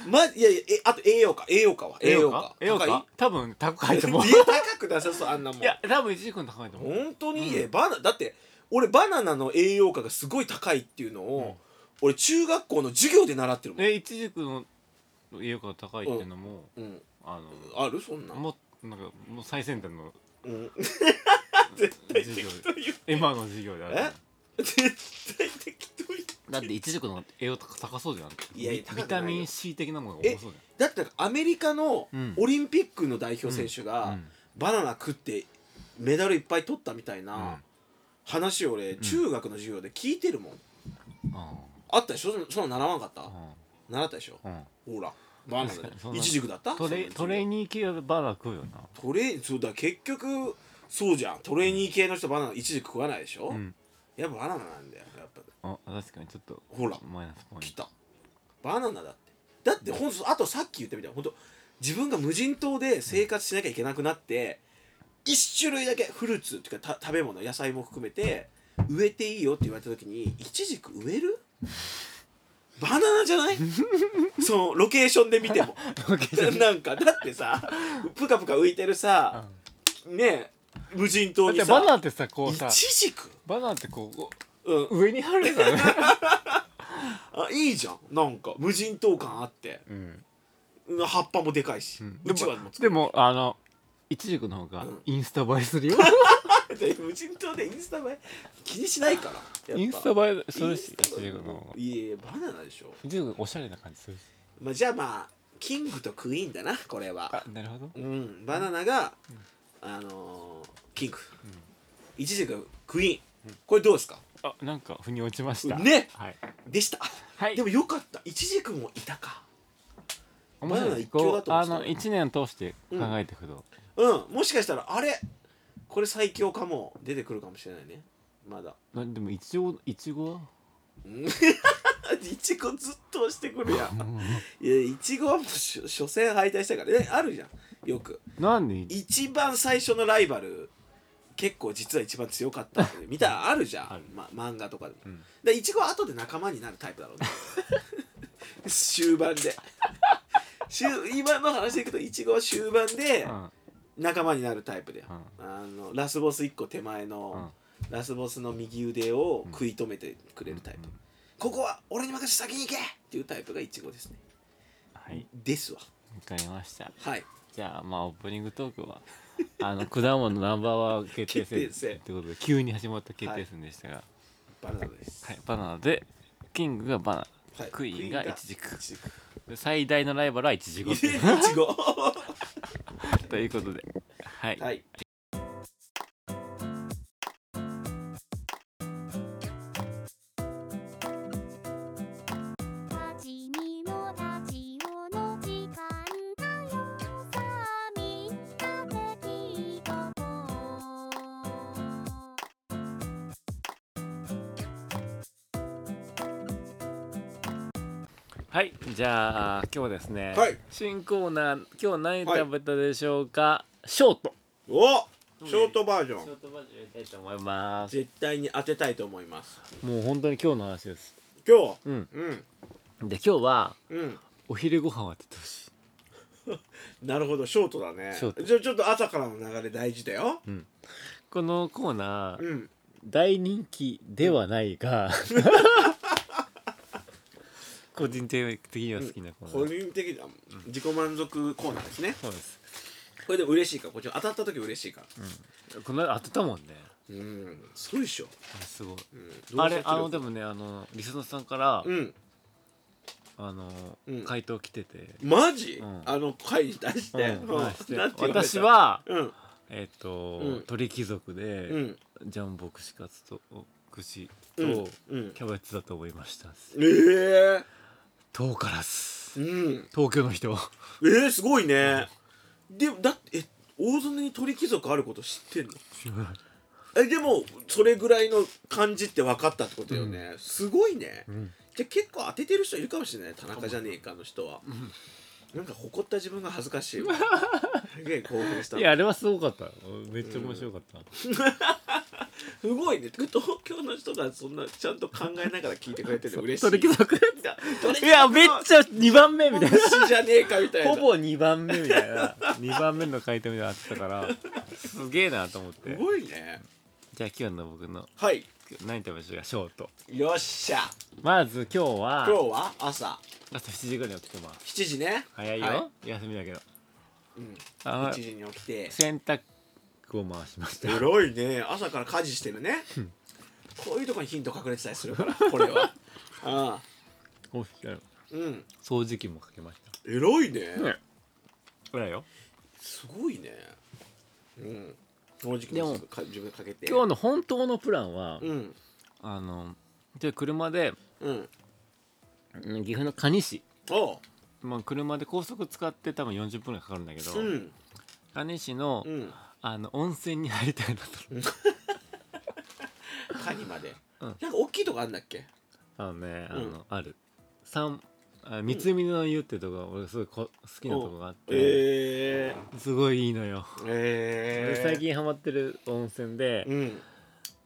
Speaker 1: まいやいやえあと栄養価栄養価は
Speaker 5: 栄養か栄養
Speaker 1: 高
Speaker 5: か多分高
Speaker 1: い
Speaker 5: いと思う
Speaker 1: いや高くなさそうあんなもん
Speaker 5: いや多分いちじくの高いと思う
Speaker 1: 本当に、えバナだって俺バナナの栄養価がすごい高いっていうのを、俺中学校の授業で習ってるもん、
Speaker 5: えいちじくの栄養価が高いっていうのも
Speaker 1: うん、
Speaker 5: あ
Speaker 1: あるそんな
Speaker 5: のもうなんかもう最先端の
Speaker 1: うん
Speaker 5: 授業
Speaker 1: 適当言う
Speaker 5: 今の授業である
Speaker 1: え絶対適当言う
Speaker 5: だってイチジクの栄養高高そうじゃん
Speaker 1: いやいや
Speaker 5: ビ
Speaker 1: 高くないよ
Speaker 5: ビタミン C 的なものが多そうじ
Speaker 1: だってアメリカの
Speaker 5: うん
Speaker 1: オリンピックの代表選手
Speaker 5: ゃん、
Speaker 1: が
Speaker 5: うん
Speaker 1: バナナ食ってメダルいっぱい取ったみたいな話を俺中学の授業で聞いてるもんあったでしょそんな習わんかった
Speaker 5: う
Speaker 1: 習ったでしょ
Speaker 5: んうん
Speaker 1: ほらバナナ
Speaker 5: 確かにそんな
Speaker 1: イチジクだった
Speaker 5: ト
Speaker 1: その
Speaker 5: レ
Speaker 1: 授
Speaker 5: ト
Speaker 1: 業
Speaker 5: レーニー系はバナナ食うよな
Speaker 1: トレそうだ結局そうじゃんトレーニー系の人バナナ一軸食わないでしょ、
Speaker 5: うん
Speaker 1: やっぱバナナなんだよやっぱ
Speaker 5: あ確かにちょっと
Speaker 1: ほら
Speaker 5: マイナスポイン
Speaker 1: 来
Speaker 5: ト
Speaker 1: たバナナだってだってほんとあとさっき言ったみたいにほんと自分が無人島で生活しなきゃいけなくなって一種類だけフルーツっていうかた食べ物野菜も含めて植えていいよって言われた時にイチジク植えるバナナじゃない そのロケーションで見てもなんかだってさぷかぷか浮いてるさ、ねえ無人島
Speaker 5: だっ
Speaker 1: に
Speaker 5: て
Speaker 1: さ
Speaker 5: バナナってさこうさ
Speaker 1: イチジク
Speaker 5: バナナってこうこ
Speaker 1: うん
Speaker 5: う上に貼るからね、
Speaker 1: あいいじゃんなんか無人島感あって
Speaker 5: うん
Speaker 1: 葉っぱもでかいし、 う
Speaker 5: で
Speaker 1: ちわも
Speaker 5: も
Speaker 1: 作
Speaker 5: でもあのイチジクの方が
Speaker 1: うん
Speaker 5: インスタ映えするよ、
Speaker 1: って無人島でインスタ映え気にしないからやっぱ
Speaker 5: インスタ映えするし
Speaker 1: イ
Speaker 5: イ
Speaker 1: ンス
Speaker 5: チ
Speaker 1: タ
Speaker 5: ジクの方がイ
Speaker 1: いやいやバナナでしょ、
Speaker 5: チジクおしゃれな感じするし
Speaker 1: まあ、じゃあまあキングとクイーンだなこれは
Speaker 5: あなるほど
Speaker 1: うんバナナが、あのーキング、イチジクがクイーン、これどうですか
Speaker 5: あなんか腑に落ちました
Speaker 1: ね
Speaker 5: はい、
Speaker 1: でした、
Speaker 5: はい
Speaker 1: でもよかったイチジクもいたか
Speaker 5: 面白いです
Speaker 1: バナナ一強
Speaker 5: こ
Speaker 1: だ
Speaker 5: う
Speaker 1: と思
Speaker 5: あ
Speaker 1: ってた
Speaker 5: の1年通して考えていくと、
Speaker 1: うんもしかしたらあれこれ最強かも出てくるかもしれないねまだ
Speaker 5: なでもいちごいちごは
Speaker 1: いちごずっと押してくるやん。いや、いちごはもうしょ初戦敗退したからね、あるじゃん、よく。
Speaker 5: なんでい
Speaker 1: 一番最初のライバル、結構実は一番強かったって ね見たらあるじゃん、ま、漫画とかでも。でいちごは後で仲間になるタイプだろう ね。終盤で。終今の話でいくと、いちごは終盤で
Speaker 5: うん
Speaker 1: 仲間になるタイプだよ。
Speaker 5: う
Speaker 1: あのラスボス1個手前の、ラスボスの右腕を食い止めてくれるタイプ、ここは俺に任せて先に行けっていうタイプがイチゴですね
Speaker 5: はい
Speaker 1: ですわ
Speaker 5: わかりました
Speaker 1: はい
Speaker 5: じゃあまあオープニングトークは あの果物ナンバーワン決定戦
Speaker 1: 決定戦
Speaker 5: ってことで急に始まった決定戦でしたが、は
Speaker 1: バナナです
Speaker 5: いバナナでキングがバナナ、
Speaker 1: はい
Speaker 5: クイーンがイチジ
Speaker 1: イ
Speaker 5: ク
Speaker 1: チジク
Speaker 5: で最大のライバルはイチジ
Speaker 1: イ
Speaker 5: ク
Speaker 1: チ ゴ
Speaker 5: ということではい、
Speaker 1: はい
Speaker 6: 立ちにも立ちよの時間だよさあみんなで聞いとこう
Speaker 5: はいじゃあ今日はですね、
Speaker 1: はい
Speaker 5: 新コーナー今日何食べたでしょうか、ショート
Speaker 1: おショートバージョン
Speaker 5: ートバージョンやりたいと思います
Speaker 1: 絶対に当てたいと思います
Speaker 5: もう本当に今日の話です
Speaker 1: 今日
Speaker 5: うん
Speaker 1: うん
Speaker 5: で今日は
Speaker 1: うん
Speaker 5: お昼ご飯はって言ってほしい
Speaker 1: なるほどショートだね
Speaker 5: ショート
Speaker 1: じゃあちょっと朝からの流れ大事だよ
Speaker 5: このコーナー、
Speaker 1: うん
Speaker 5: 大人気ではない が、個人的には好きなコーナー、
Speaker 1: 個人的な自己満足コーナーですね
Speaker 5: そうです
Speaker 1: これでも嬉しいからこっちも当たった時嬉しいから
Speaker 5: この間当てたもんね
Speaker 1: うんすごいでしょ
Speaker 5: あすごい
Speaker 1: うん
Speaker 5: あれあので
Speaker 1: 洞
Speaker 5: もねあのリスナーさんから、
Speaker 1: 察力うん
Speaker 5: あの、
Speaker 1: うん
Speaker 5: 回答来てて、
Speaker 1: マジ、
Speaker 5: うん
Speaker 1: あの回に対して,うん、
Speaker 5: うん話して
Speaker 1: なんて言われた
Speaker 5: 私は
Speaker 1: うん
Speaker 5: えっ、と、
Speaker 1: うん
Speaker 5: 鳥貴族で、
Speaker 1: うん
Speaker 5: ジャンボ串カツと串と、
Speaker 1: うんうん
Speaker 5: キャベツだと思いました
Speaker 1: ええ
Speaker 5: 遠からす
Speaker 1: うん
Speaker 5: 東京の人
Speaker 1: えー、すごいねでだってえ大曽根に鳥貴族あること知ってんのえでもそれぐらいの感じって分かったってことだよね、すごいね、じゃあ結構当ててる人いるかもしれない田中じゃねえかの人は、なんか誇った自分が恥ずかしいわ すげえ興奮した
Speaker 5: いやあれはすごかっためっちゃ面白かった、
Speaker 1: すごいね東京の人がそんなちゃんと考えながら聞いてくれてて嬉しい
Speaker 5: 鳥貴族
Speaker 1: 鳥貴族
Speaker 5: いやめっちゃ2番目みたいな
Speaker 1: 私じゃねえかみたいな
Speaker 5: ほぼ2番目みたいな2番目の回答みたいなのあったからすげえなと思っ
Speaker 1: す
Speaker 5: て
Speaker 1: ごいね
Speaker 5: じゃあ今日の僕の
Speaker 1: はい
Speaker 5: 何食べましょうかショート
Speaker 1: よっしゃ
Speaker 5: まず今日は
Speaker 1: 今日は朝
Speaker 5: 朝7時ぐらいに起きてます
Speaker 1: 7時ね
Speaker 5: 早いよ、
Speaker 1: は
Speaker 5: 休みだけど
Speaker 1: うん
Speaker 5: あ
Speaker 1: 1
Speaker 5: の
Speaker 1: 時に起きて
Speaker 5: 洗濯を回しました
Speaker 1: 偉いね朝から家事してるねこういうとこにヒント隠れてたりするからこれはああ
Speaker 5: オフィシャル
Speaker 1: うん
Speaker 5: 掃除機もかけまし
Speaker 1: 偉いね
Speaker 5: たねこれよ
Speaker 1: すごいねうん掃除機
Speaker 5: でも
Speaker 1: もか自分でかけて
Speaker 5: 今日の本当のプランは、
Speaker 1: うん
Speaker 5: あので車で
Speaker 1: うん
Speaker 5: うん岐阜の蟹市、
Speaker 1: おう
Speaker 5: まあ、車で高速使って多分40分ぐらいかかるんだけど、
Speaker 1: うん
Speaker 5: 蟹市の,、
Speaker 1: うん
Speaker 5: あの温泉に入りたいなと
Speaker 1: カニまで
Speaker 5: う
Speaker 1: なんんか大きいとこあんだっけ
Speaker 5: あのねあの、
Speaker 1: うん
Speaker 5: ある三あ三峰の湯ってとこが俺すごいこ好きなとこがあって、
Speaker 1: え
Speaker 5: すごいいいのよ、
Speaker 1: ええ
Speaker 5: 俺最近ハマってる温泉で,、
Speaker 1: うん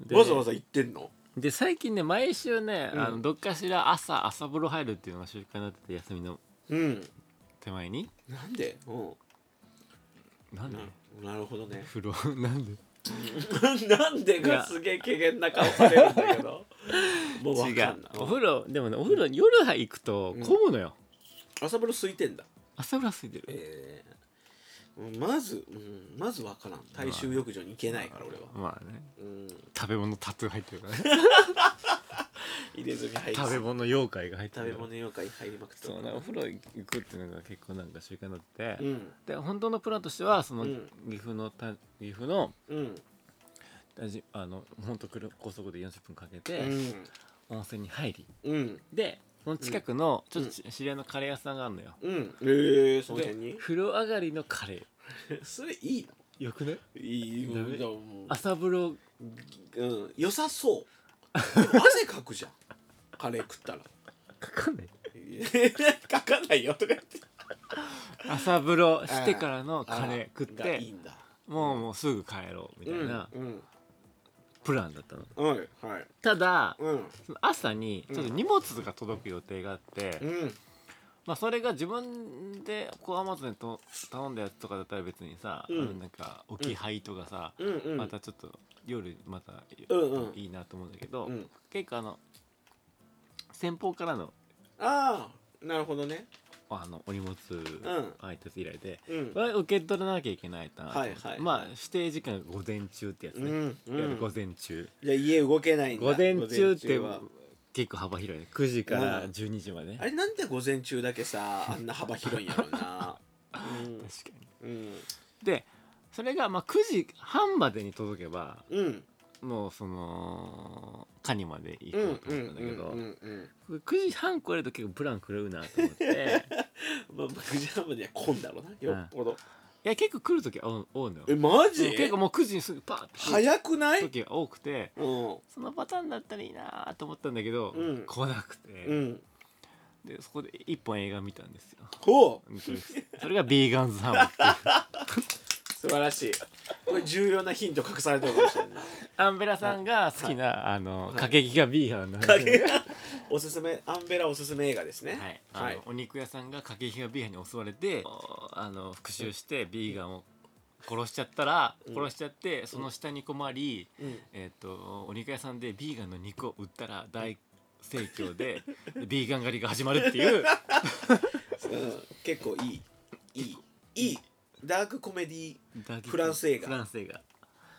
Speaker 5: で
Speaker 1: わざわざ行ってんの
Speaker 5: で最近ね毎週ね、
Speaker 1: うん
Speaker 5: あのどっかしら朝朝風呂入るっていうのが習慣になってて休みの
Speaker 1: うん
Speaker 5: 手前に
Speaker 1: なんでうん
Speaker 5: なんで、
Speaker 1: なるほどね
Speaker 5: 風呂 なんで
Speaker 1: なんで
Speaker 5: い
Speaker 1: が
Speaker 5: や
Speaker 1: すげえ機嫌な顔されるんだけど もうわか
Speaker 5: 違
Speaker 1: んないう
Speaker 5: お風呂でもねお風呂夜は行くと
Speaker 1: うん
Speaker 5: 混むのよ、
Speaker 1: 朝風呂空いてんだ
Speaker 5: 朝風呂空いてる
Speaker 1: ええまず、うん、まずわからん大衆浴場に行けないから俺は、
Speaker 5: まあね
Speaker 1: うん、
Speaker 5: 食べ物タトゥー入ってるからね
Speaker 1: 入れ墨入り
Speaker 5: 食べ物妖怪が入って
Speaker 1: 食
Speaker 5: る
Speaker 1: べ
Speaker 5: から
Speaker 1: 物妖怪入りまくってた
Speaker 5: そうねお風呂行くっていうのが結構なんか習慣になってて、
Speaker 1: うん
Speaker 5: で本当のプランとしてはその
Speaker 1: うん
Speaker 5: 岐阜のた岐阜の
Speaker 1: うん
Speaker 5: あじあの本当高速で40分かけ
Speaker 1: う
Speaker 5: て
Speaker 1: ん
Speaker 5: 温泉に入り
Speaker 1: うん
Speaker 5: でその近くのちょっと知り合いのカレー屋さんがあるのよ、
Speaker 1: うんええその
Speaker 5: で
Speaker 1: 辺に
Speaker 5: 風呂上がりのカレ
Speaker 1: それいいの
Speaker 5: ーよくね
Speaker 1: いい
Speaker 5: ダメ
Speaker 1: じゃあもう
Speaker 5: 朝風呂
Speaker 1: うん良さ そうでも汗かくじゃんカレー食ったら
Speaker 5: かかんない
Speaker 1: かかないよとか言って
Speaker 5: 朝風呂してからのカレー食っ
Speaker 1: あが
Speaker 5: て
Speaker 1: いいんだ
Speaker 5: もうもうすぐ帰ろうみたいな
Speaker 1: うん
Speaker 5: プランだったの
Speaker 1: うんはいはい
Speaker 5: ただ
Speaker 1: うん
Speaker 5: その朝にちょっと荷物が届く予定があって、
Speaker 1: うん
Speaker 5: まあそれが自分でこうアマゾンでと頼んだやつとかだったら別にさ、
Speaker 1: うん
Speaker 5: あのなんか置き配とかさ、
Speaker 1: うんうん
Speaker 5: またちょっと夜また
Speaker 1: うんうん
Speaker 5: いいなと思うんだけど、
Speaker 1: うん
Speaker 5: 結構あの先方からの
Speaker 1: ああなるほどね
Speaker 5: あのお荷物
Speaker 1: ん
Speaker 5: 配達依頼で、
Speaker 1: うん
Speaker 5: これ受け取らなきゃいけないなと思って、
Speaker 1: はいはい
Speaker 5: まあ指定時間が午前中ってやつ
Speaker 1: う
Speaker 5: ね、
Speaker 1: ん
Speaker 5: い
Speaker 1: う
Speaker 5: わゆる午
Speaker 1: ん
Speaker 5: 前中
Speaker 1: じゃあ家動けないんだ
Speaker 5: 午前中って
Speaker 1: 午前は
Speaker 5: 結構幅広いね9時から
Speaker 1: うん
Speaker 5: 12時までね、
Speaker 1: あれなんで午前中だけさあんな幅広いんやろう なうん
Speaker 5: 確かに
Speaker 1: うん
Speaker 5: でそれがまあ9時半までに届けば
Speaker 1: うん
Speaker 5: もうそのカニまで行
Speaker 1: うんう
Speaker 5: こ
Speaker 1: ん
Speaker 5: うと思ったんだけど、
Speaker 1: うんうん
Speaker 5: 9時半超えると結構プラン狂うなと思って
Speaker 1: まあ9時半までは混んだろうなよっぽど
Speaker 5: いや結構来る時は多多いのよ
Speaker 1: えマジ
Speaker 5: 結構もう9時にすぐパーって来る
Speaker 1: 早くない
Speaker 5: 時が多くて
Speaker 1: うん
Speaker 5: そのパターンだったらいいなと思ったんだけど、
Speaker 1: うん
Speaker 5: 来なくて、
Speaker 1: うん
Speaker 5: でそこで一本映画見たんですよ
Speaker 1: ほう
Speaker 5: Netflix それがビーガンズハムっていう
Speaker 1: 素晴らしいこれ重要なヒント隠されてるかもしれない
Speaker 5: アンベラさんが好きな、あの過激がビーガンなんで
Speaker 1: 影 おすすめアンベラおすすめ映画ですね
Speaker 5: はい、あの
Speaker 1: はい
Speaker 5: お肉屋さんが過激がビーガンに襲われておあの復讐してビーガンを殺しちゃったら、
Speaker 1: うん
Speaker 5: 殺しちゃってその下に困り、
Speaker 1: うん
Speaker 5: えっとお肉屋さんでビーガンの肉を売ったら大盛況ででビーガン狩りが始まるっていう
Speaker 1: うん結構いいいいいいダークコメディ
Speaker 5: フ
Speaker 1: フランス映画
Speaker 5: フランス映画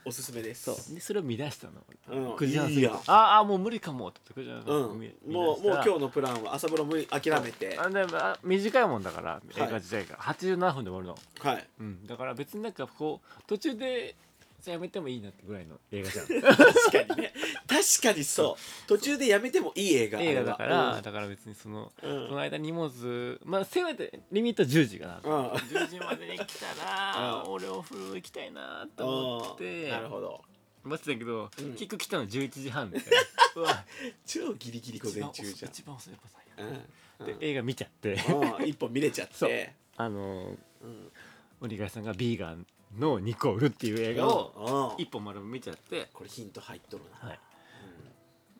Speaker 1: おすすめです
Speaker 5: そうでそれを見出したの
Speaker 1: うん
Speaker 5: クジラの
Speaker 1: いいや
Speaker 5: ああもう無理かもってクジラの
Speaker 1: うん、
Speaker 5: 見
Speaker 1: もうもう今
Speaker 5: 日
Speaker 1: 日のプランは朝風呂無理諦めて
Speaker 5: あでもあ短いもんだから映画自体が、87分で終わるの、
Speaker 1: はい
Speaker 5: うん、だから別になんかこう途中でじゃあやめてもいいなってぐらいの映 画じゃん
Speaker 1: 確かにね確かにそう途中でやめてもいい映画
Speaker 5: 映画だから、
Speaker 1: あ
Speaker 5: だから別にその、
Speaker 1: れはうん
Speaker 5: その間荷物まあせめてリミット10時かな、
Speaker 1: うんうん
Speaker 5: 10時までに来たら
Speaker 1: うん
Speaker 5: 俺お風呂行きたいなと思って
Speaker 1: なるほど
Speaker 5: 待ってたけど、
Speaker 1: うん
Speaker 5: 結局来たの11時半 だからうわ
Speaker 1: 超ギリギリ午
Speaker 5: 一
Speaker 1: 前
Speaker 5: 番遅
Speaker 1: 中
Speaker 5: い
Speaker 1: じゃん
Speaker 5: 一番遅いパターンや
Speaker 1: うん
Speaker 5: で映画見ちゃって
Speaker 1: うん一本見れちゃって
Speaker 5: あのー
Speaker 1: うん
Speaker 5: 鬼貝さんがビーガンの肉を売るっていう映画を
Speaker 1: うん
Speaker 5: 一本丸々見ちゃって
Speaker 1: これヒント入っとるな
Speaker 5: はい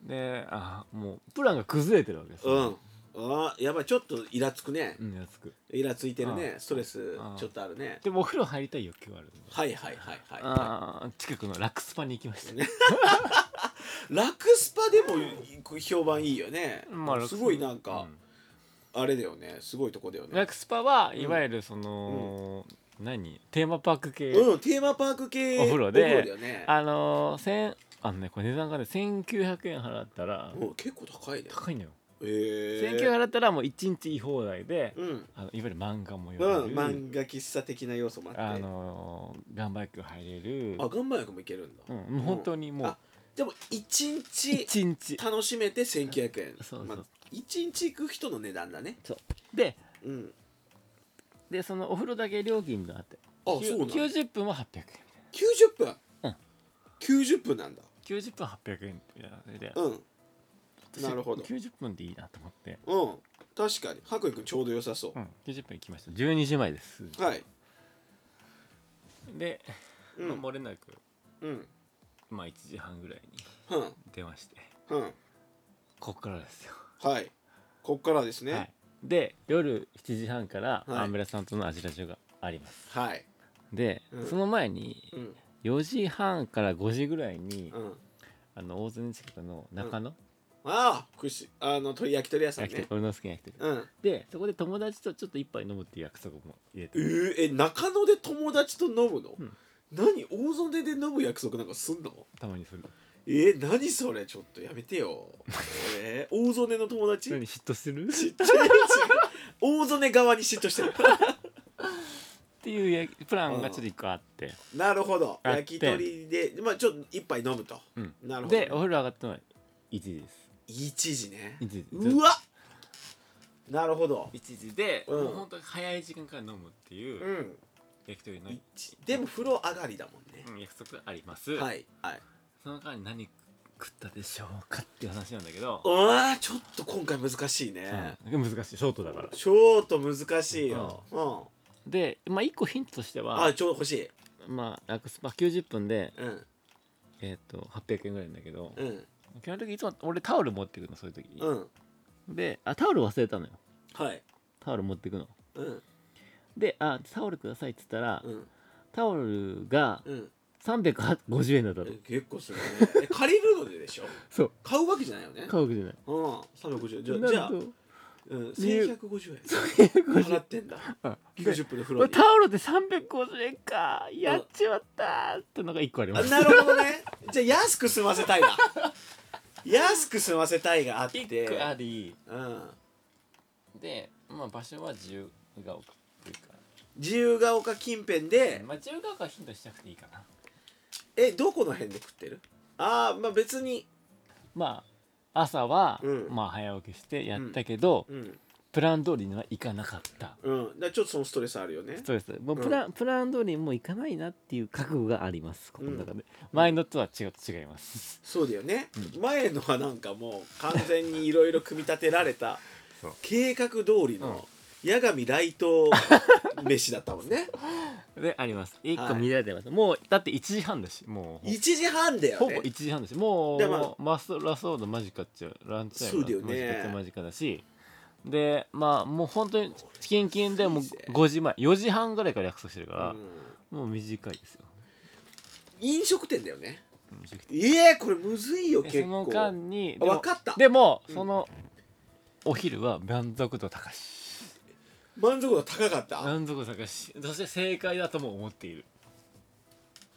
Speaker 5: であーもうプランが崩れてるわけです
Speaker 1: う
Speaker 5: よ
Speaker 1: ん、あーやばいちょっとイラつくね
Speaker 5: うんやつく
Speaker 1: イラついてるね
Speaker 5: うん
Speaker 1: ストレス
Speaker 5: うん
Speaker 1: ちょっとあるね
Speaker 5: でもお風呂入りたい欲求はあるんで
Speaker 1: はいはいはいはいは
Speaker 5: あー近くのラックスパに行きました
Speaker 1: いラクスパでも評判いいよね、
Speaker 5: まあラクス
Speaker 1: すごいなんか、あれだよねすごいとこだよ
Speaker 5: うんラッ
Speaker 1: ね
Speaker 5: クスパはいわゆるその、何テーマパーク系、
Speaker 1: うんテーマパーク系
Speaker 5: お風呂で
Speaker 1: お風呂だよね
Speaker 5: あのー、千あのねこれ値段がね1900円払ったら
Speaker 1: うん結構高いね
Speaker 5: 高いのよ、
Speaker 1: えー、
Speaker 5: 1900円払ったらもう1日言い放題で、
Speaker 1: うん、
Speaker 5: あのいわゆる漫画も
Speaker 1: う
Speaker 5: 読
Speaker 1: ん
Speaker 5: め、る、
Speaker 1: 漫画喫茶的な要素もあって
Speaker 5: あのー、ガンバイク入れる
Speaker 1: あ岩盤浴もいけるんだ、
Speaker 5: うん、もう本当にもう
Speaker 1: あでも1日
Speaker 5: 1日
Speaker 1: 楽しめて1900円
Speaker 5: そうそう
Speaker 1: まあ、1日行く人の値段だね
Speaker 5: で
Speaker 1: うん
Speaker 5: でそのお風呂だけ料金があって
Speaker 1: あ
Speaker 5: き
Speaker 1: そう
Speaker 5: ゅ
Speaker 1: なんだ90
Speaker 5: 90分は800円
Speaker 1: 分、
Speaker 5: うん
Speaker 1: 90分なんだ
Speaker 5: 90分800円みたいなそれで、
Speaker 1: うんなるほど
Speaker 5: 90分でいいなと思って、
Speaker 1: うん確かに白衣くんちょうど良さそう
Speaker 5: う、ん、90分行きました12時前です
Speaker 1: はい
Speaker 5: で、
Speaker 1: うん
Speaker 5: まあ、漏れなく
Speaker 1: うん
Speaker 5: まあ1時半ぐらいに
Speaker 1: うん
Speaker 5: 出まして
Speaker 1: うん
Speaker 5: こっからですよ、
Speaker 1: はいこっからですね
Speaker 5: はい、で夜7時半から
Speaker 1: はい
Speaker 5: アンベラさんとのアジラジオがあります、
Speaker 1: はい、
Speaker 5: で、
Speaker 1: うん
Speaker 5: その前に
Speaker 1: うん
Speaker 5: 4時半から5時ぐらいに、
Speaker 1: うん
Speaker 5: あの大津近くの中野、
Speaker 1: ああ串あの鳥焼き鳥屋さん
Speaker 5: 焼き鳥
Speaker 1: ね
Speaker 5: 俺の好きな焼き鳥
Speaker 1: うん
Speaker 5: でそこで友達とちょっと一杯飲むっていう約束も入れ
Speaker 1: え
Speaker 5: て
Speaker 1: ー、え中野で友達と飲むの、
Speaker 5: うん
Speaker 1: 何大曽根で飲む約束なんかすんの
Speaker 5: たまにする
Speaker 1: えー、何それちょっとやめてよえー、大曽根の友達
Speaker 5: 何嫉妬するっ
Speaker 1: ちっちゃい違う大曽根側に嫉妬してる
Speaker 5: ていうやプランがちょっと一個あって
Speaker 1: なるほど
Speaker 5: あって
Speaker 1: 焼き鳥でまあちょっと一杯飲むと、
Speaker 5: うん
Speaker 1: なるほど
Speaker 5: でお風呂上がったのは1時です
Speaker 1: 1時ね
Speaker 5: 1時
Speaker 1: うわなるほど
Speaker 5: 1時で、
Speaker 1: うん
Speaker 5: もう本当に早い時間から飲むっていううん焼き鳥の、
Speaker 1: 一でも風呂上がりだもんね、
Speaker 5: うん約束があります、
Speaker 1: はいはい
Speaker 5: その間に何食ったでしょうかっていう話なんだけど
Speaker 1: う、わーちょっと今回難しいね、
Speaker 5: うん難しいショートだから
Speaker 1: ショート難しいよ。う
Speaker 5: でまあ1個ヒントとして
Speaker 1: ん。あ、
Speaker 5: は
Speaker 1: ちょうど欲しい。
Speaker 5: まあラクスパ90分で、
Speaker 1: うん。
Speaker 5: えー、と800円ぐらいなんだけど、
Speaker 1: うん。
Speaker 5: 基本的にいつも俺タオル持ってくのそういう時に、
Speaker 1: うん。
Speaker 5: であタオル忘れたのよ
Speaker 1: はい。
Speaker 5: タオル持ってくの
Speaker 1: うん。
Speaker 5: で「あタオルください」っつったら、
Speaker 1: うん。
Speaker 5: タオルが
Speaker 1: うん。
Speaker 5: 350円だった
Speaker 1: え
Speaker 5: と
Speaker 1: 結構するね。え借りるのででしょ
Speaker 5: そう
Speaker 1: 買うわけじゃないよね。
Speaker 5: 買うわけじゃない
Speaker 1: うん。350じゃあ、
Speaker 5: なん
Speaker 1: じゃあ
Speaker 5: と、
Speaker 1: うん、
Speaker 5: 十
Speaker 1: 1150円。
Speaker 5: 350
Speaker 1: 払ってんだ。
Speaker 5: うん
Speaker 1: 90分で風
Speaker 5: こ
Speaker 1: 呂
Speaker 5: れ
Speaker 1: に。
Speaker 5: タオルで350円かやっちまったーってのが1個ありま
Speaker 1: あ
Speaker 5: す
Speaker 1: なるほどね。じゃあ、安く済ませたいな。安く済ませたいがあって。
Speaker 5: 1個あり
Speaker 1: うん。
Speaker 5: で、まあ、場所は自由が丘っていうか、
Speaker 1: 自由が丘近辺で、
Speaker 5: まあ、自由が丘はヒントしなくていいかな
Speaker 1: え、どこの辺で食ってるああ、まあ別に。
Speaker 5: まあ朝は、
Speaker 1: うん
Speaker 5: まあ、早起きしてやったけど、
Speaker 1: うん。
Speaker 5: プラン通りには行かなかった
Speaker 1: うん。だからちょっとそのストレスあるよね。
Speaker 5: そうですもうプラ,、ンプラン通りにもう行かないなっていう覚悟がありますこの中で、前のとは違う違います
Speaker 1: そうだよね、前のはなんかもう完全にいろいろ組み立てられた
Speaker 5: そう
Speaker 1: 計画通りの八神ライト飯だったも んね
Speaker 5: であります一
Speaker 1: は
Speaker 5: 個
Speaker 1: い
Speaker 5: 見られてます、もうだって1時半だしもう
Speaker 1: 1時半だよ
Speaker 5: ほぼ
Speaker 1: ね
Speaker 5: 1時半だしもう、
Speaker 1: でま
Speaker 5: マストラストオーダー間近っちゃランチタイム
Speaker 1: そうだよ
Speaker 5: 間近っ
Speaker 1: ね
Speaker 5: ちゃ間近だしでまあもう本当にキンキンでもう5時前4時半ぐらいから約束してるから
Speaker 1: う、ん
Speaker 5: もう短いですよ
Speaker 1: 飲食店だよね
Speaker 5: 短い
Speaker 1: いえこれむずいよ
Speaker 5: で
Speaker 1: 結
Speaker 5: その
Speaker 1: 構
Speaker 5: 間に
Speaker 1: あ
Speaker 5: でも
Speaker 1: わかった
Speaker 5: でも、そのお昼は満足度高し
Speaker 1: 満足度高かった
Speaker 5: 満足度高しそして正解だとも思っている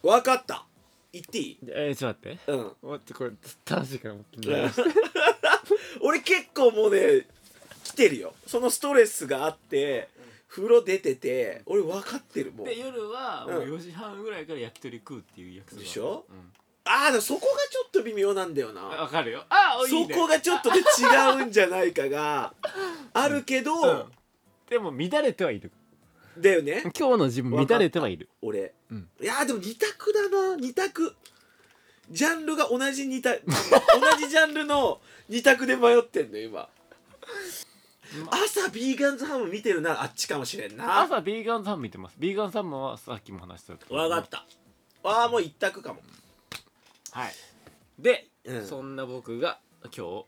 Speaker 1: わかった言っていい
Speaker 5: でえー、ちょっと待って
Speaker 1: うん
Speaker 5: 待ってこれ楽しいからもう
Speaker 1: 俺結構もうね来てるよそのストレスがあって風呂出てて俺分かってるもう
Speaker 5: で夜はもう
Speaker 1: うん
Speaker 5: 4時半ぐらいから焼き鳥食うっていう約束
Speaker 1: でしょ
Speaker 5: うん
Speaker 1: ああでもそこがちょっと微妙なんだよ
Speaker 5: あ
Speaker 1: な
Speaker 5: わかるよああいい、
Speaker 1: そ
Speaker 5: ね、
Speaker 1: こがちょっとで違うんじゃないかがあるけど、
Speaker 5: でも乱れてはいる
Speaker 1: だよね
Speaker 5: 今日の自分乱れてはいる
Speaker 1: 俺、
Speaker 5: うん
Speaker 1: いやーでも2択だな2択ジャンルが同じ2択 同じジャンルの2択で迷ってんの今朝ビーガンズハム見てるならあっちかもしれんな
Speaker 5: 朝ビーガンさん見てますビーガンさんもはさっきも話した
Speaker 1: わかったああもう1択かも
Speaker 5: たはいで、
Speaker 1: うん
Speaker 5: そんな僕が今日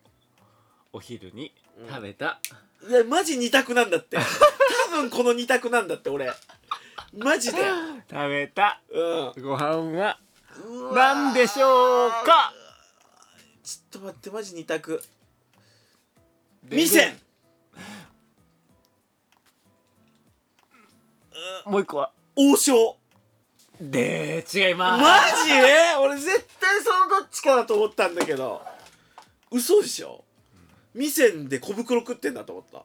Speaker 5: お昼に食べた、
Speaker 1: いやマジ2択なんだって 多分この2択なんだって俺マジで
Speaker 5: 食べた
Speaker 1: うん
Speaker 5: ご飯は
Speaker 1: うわ
Speaker 5: 何でしょうか
Speaker 1: ちょっと待ってマジ2択店
Speaker 5: もう一個は
Speaker 1: 王将
Speaker 5: で違いま
Speaker 1: マ
Speaker 5: す、
Speaker 1: ジ 俺絶対そのどっちかだと思ったんだけど嘘でしょ店で小袋食ってんだと思った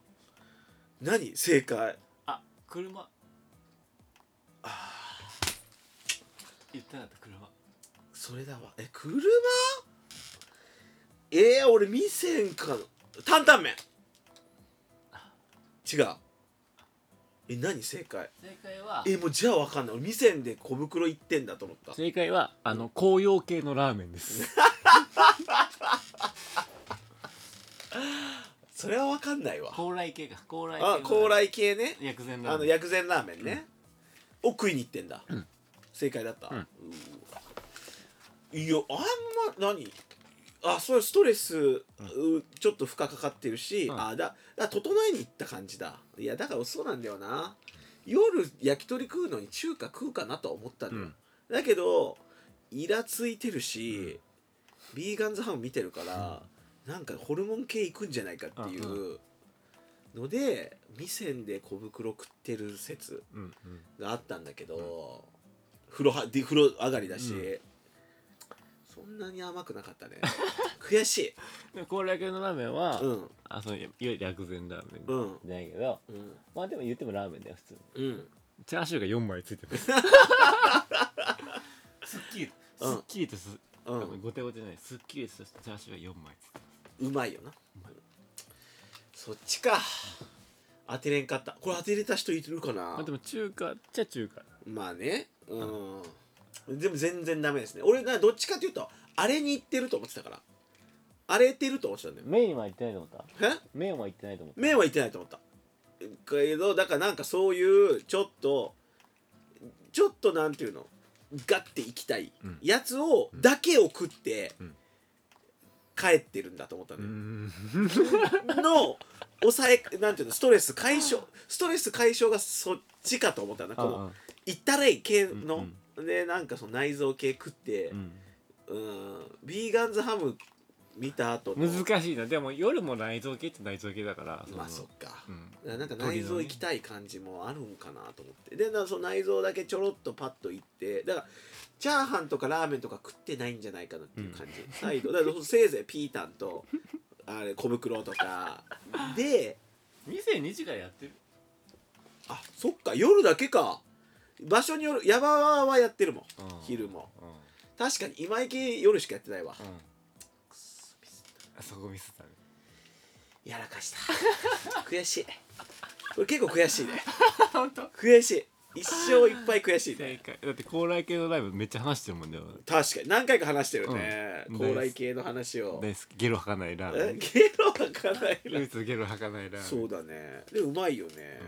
Speaker 1: 何正解
Speaker 5: あ車言ってなかった車
Speaker 1: それだわえ車えー、俺店かな担々麺違うえ何正解
Speaker 5: 正解は
Speaker 1: えもうじゃあ分かんない俺店で小袋行ってんだと思った
Speaker 5: 正解はあの紅葉系のラーメンです
Speaker 1: それは分かんないわ
Speaker 5: 高麗系か高麗系
Speaker 1: あ高麗系ね
Speaker 5: 薬膳ラ
Speaker 1: あ
Speaker 5: ー
Speaker 1: の
Speaker 5: メン
Speaker 1: 薬膳ラーメンね、を食いに行ってんだ、正解だった、
Speaker 5: ん
Speaker 1: うーいやあんま何あそれストレス、うちょっと負荷かかってるし、
Speaker 5: ん
Speaker 1: あだだ整えに行った感じだいやだからそうなんだよな夜焼き鳥食うのに中華食うかなとは思ったのよ、だけどイラついてるし、ビーガンズハム見てるから、なんかホルモン系行くんじゃないかっていう、ので店で小袋食ってる説
Speaker 5: うんうん
Speaker 1: があったんだけど、風呂はで風呂上がりだし、そんなに甘くなかったね 悔しい
Speaker 5: で高麗系のラーメンは、
Speaker 1: うん
Speaker 5: あそういわゆる薬膳ラーメン
Speaker 1: うん
Speaker 5: じゃないけど、
Speaker 1: うん
Speaker 5: まあでも言ってもラーメンだよ普通に
Speaker 1: うん
Speaker 5: チャーシューが4枚ついて ますすっきりすっ
Speaker 1: うん
Speaker 5: きりとす、
Speaker 1: うん
Speaker 5: ごてごてじゃないすっきりとしたチャーシューが4枚ついて
Speaker 1: うまいよなそっちか当てれんかったこれ当てれた人いるかな
Speaker 5: まあでも中華っちゃ中華
Speaker 1: まあねうんでも全然ダメですね俺などっちかっていうとあれに行ってると思ってたからあれてると思ってたんだよ
Speaker 5: 麺は言ってないと思った
Speaker 1: え
Speaker 5: 麺は言ってないと思っ
Speaker 1: 麺は行ってないと思ったけどだからなんかそういうちょっとちょっとなんていうのガッて行きたい
Speaker 5: うん
Speaker 1: やつを、だけを食って、
Speaker 5: うん
Speaker 1: 帰ってるんだと思った
Speaker 5: た
Speaker 1: のよ、
Speaker 5: ん
Speaker 1: の抑えなんていうのストレス解消ストレス解消がそっちかと思ったなこの行ったれい系の、でなんかその内臓系食ってうんビーガンズハム見た後の
Speaker 5: 難しいなでも夜も内臓系って内臓系だからの
Speaker 1: まあそっか
Speaker 5: うん
Speaker 1: だからなんか
Speaker 5: 鳥の
Speaker 1: 内
Speaker 5: ね
Speaker 1: 臓行きたい感じもあるんかなと思ってでだからその内臓だけちょろっとパッと行ってだからチャーハンとかラーメンとか食ってないんじゃないかなっていう感じ、再度だからせいぜいピータンとあれ小袋とかで
Speaker 5: 22時からやってる
Speaker 1: あそっか夜だけか場所による山はやってるもん、
Speaker 5: うん
Speaker 1: 昼も
Speaker 5: うんうん
Speaker 1: 確かに今池夜しかやってないわ、
Speaker 5: あそこミスったね
Speaker 1: やらかした悔しいこれ結構悔しいね悔しい一生いっぱい悔しい
Speaker 5: 正
Speaker 1: ね
Speaker 5: 解だって高麗系のライブめっちゃ話してるもんだよ
Speaker 1: 確かに何回か話してるね、
Speaker 5: うん
Speaker 1: 高麗系の話を
Speaker 5: 大好きゲロ吐かないラ
Speaker 1: え
Speaker 5: ー
Speaker 1: ゲロ吐かない
Speaker 5: メン
Speaker 1: な
Speaker 5: ルーツゲロ吐かないラーメン
Speaker 1: そうだねでうまいよね、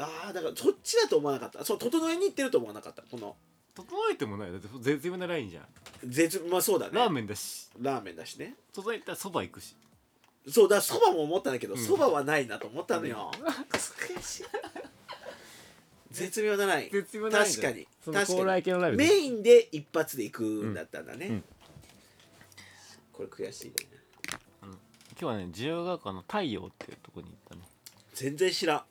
Speaker 1: ああだからそっちだと思わなかったそう整えに行ってると思わなかったこの
Speaker 5: 整えてもないよだって絶妙なラインじゃん
Speaker 1: 絶まあそうだね
Speaker 5: ラーメンだし
Speaker 1: ラーメンだしね
Speaker 5: 整えたらそば行くし
Speaker 1: そうだそばも思ったんだけどそば、蕎麦はないなと思ったのよ、悔しい 絶妙だない
Speaker 5: 絶妙なライン
Speaker 1: 確かに
Speaker 5: その
Speaker 1: 確
Speaker 5: 高
Speaker 1: か
Speaker 5: 麗系のライ
Speaker 1: に
Speaker 5: ブ
Speaker 1: メ
Speaker 5: で
Speaker 1: インで一発で行くんだったんだね、
Speaker 5: うんうん
Speaker 1: これ悔しいね
Speaker 5: 今日はね自由が丘の太陽っていうとこに行ったの
Speaker 1: 全然知らん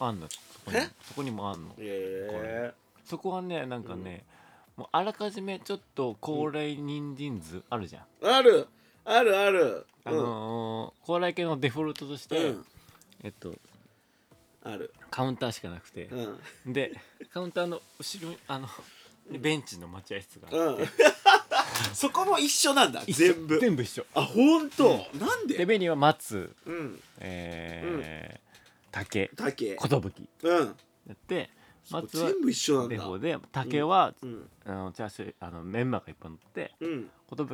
Speaker 5: あんのそこに
Speaker 1: え
Speaker 5: そこにもあんの
Speaker 1: え
Speaker 5: そこはねなんかね、もうあらかじめちょっと高麗人参図あるじゃん、
Speaker 1: あるあるある
Speaker 5: あのー高麗系のデフォルトとし
Speaker 1: う
Speaker 5: て、
Speaker 1: ん、うん、
Speaker 5: えっと
Speaker 1: ある
Speaker 5: カウンターしかなくて
Speaker 1: う、ん
Speaker 5: でカウンターの後ろにあのベンチの待合室があって、
Speaker 1: うんそこも一緒なんだ
Speaker 5: 一緒
Speaker 1: 全部
Speaker 5: 全部一緒
Speaker 1: あ本当、なん
Speaker 5: で
Speaker 1: で
Speaker 5: メニューは松
Speaker 1: うん
Speaker 5: えー竹
Speaker 1: 竹
Speaker 5: 寿
Speaker 1: うん
Speaker 5: やって
Speaker 1: そう
Speaker 5: 松は
Speaker 1: 全部一緒なん
Speaker 5: デ
Speaker 1: だ
Speaker 5: フォで竹は、
Speaker 1: うん
Speaker 5: あのチャーシューあのメンマがいっぱい乗って
Speaker 1: うん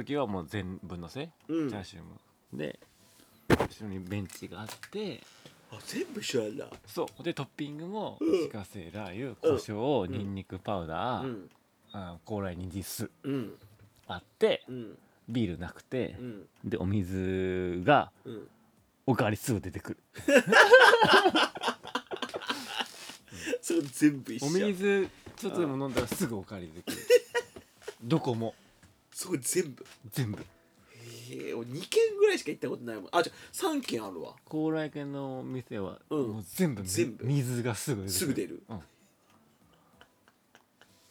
Speaker 5: 寿はもう全部のせ、
Speaker 1: うん
Speaker 5: チャーシューもで後ろにベンチがあって
Speaker 1: あ全部一緒なんだ
Speaker 5: そうでトッピングも
Speaker 1: うん
Speaker 5: 自家製ラー油胡椒にんにくパウダー、
Speaker 1: うん
Speaker 5: あ高麗人参酢
Speaker 1: うん
Speaker 5: あって
Speaker 1: うん
Speaker 5: ビールなくて
Speaker 1: う、ん
Speaker 5: でお水が
Speaker 1: うん
Speaker 5: おかわりすぐ出てくる
Speaker 1: それ全部一
Speaker 5: お
Speaker 1: 緒
Speaker 5: 水ちょっとでも飲んだらすぐおかわり出てく るどこも
Speaker 1: そこ全部
Speaker 5: 全部
Speaker 1: へえ俺2軒ぐらいしか行ったことないもんあじゃ3軒あるわ
Speaker 5: 高麗系の店は
Speaker 1: うん
Speaker 5: もう全部,、
Speaker 1: 全部
Speaker 5: 水がすぐ出てくる
Speaker 1: すぐ出る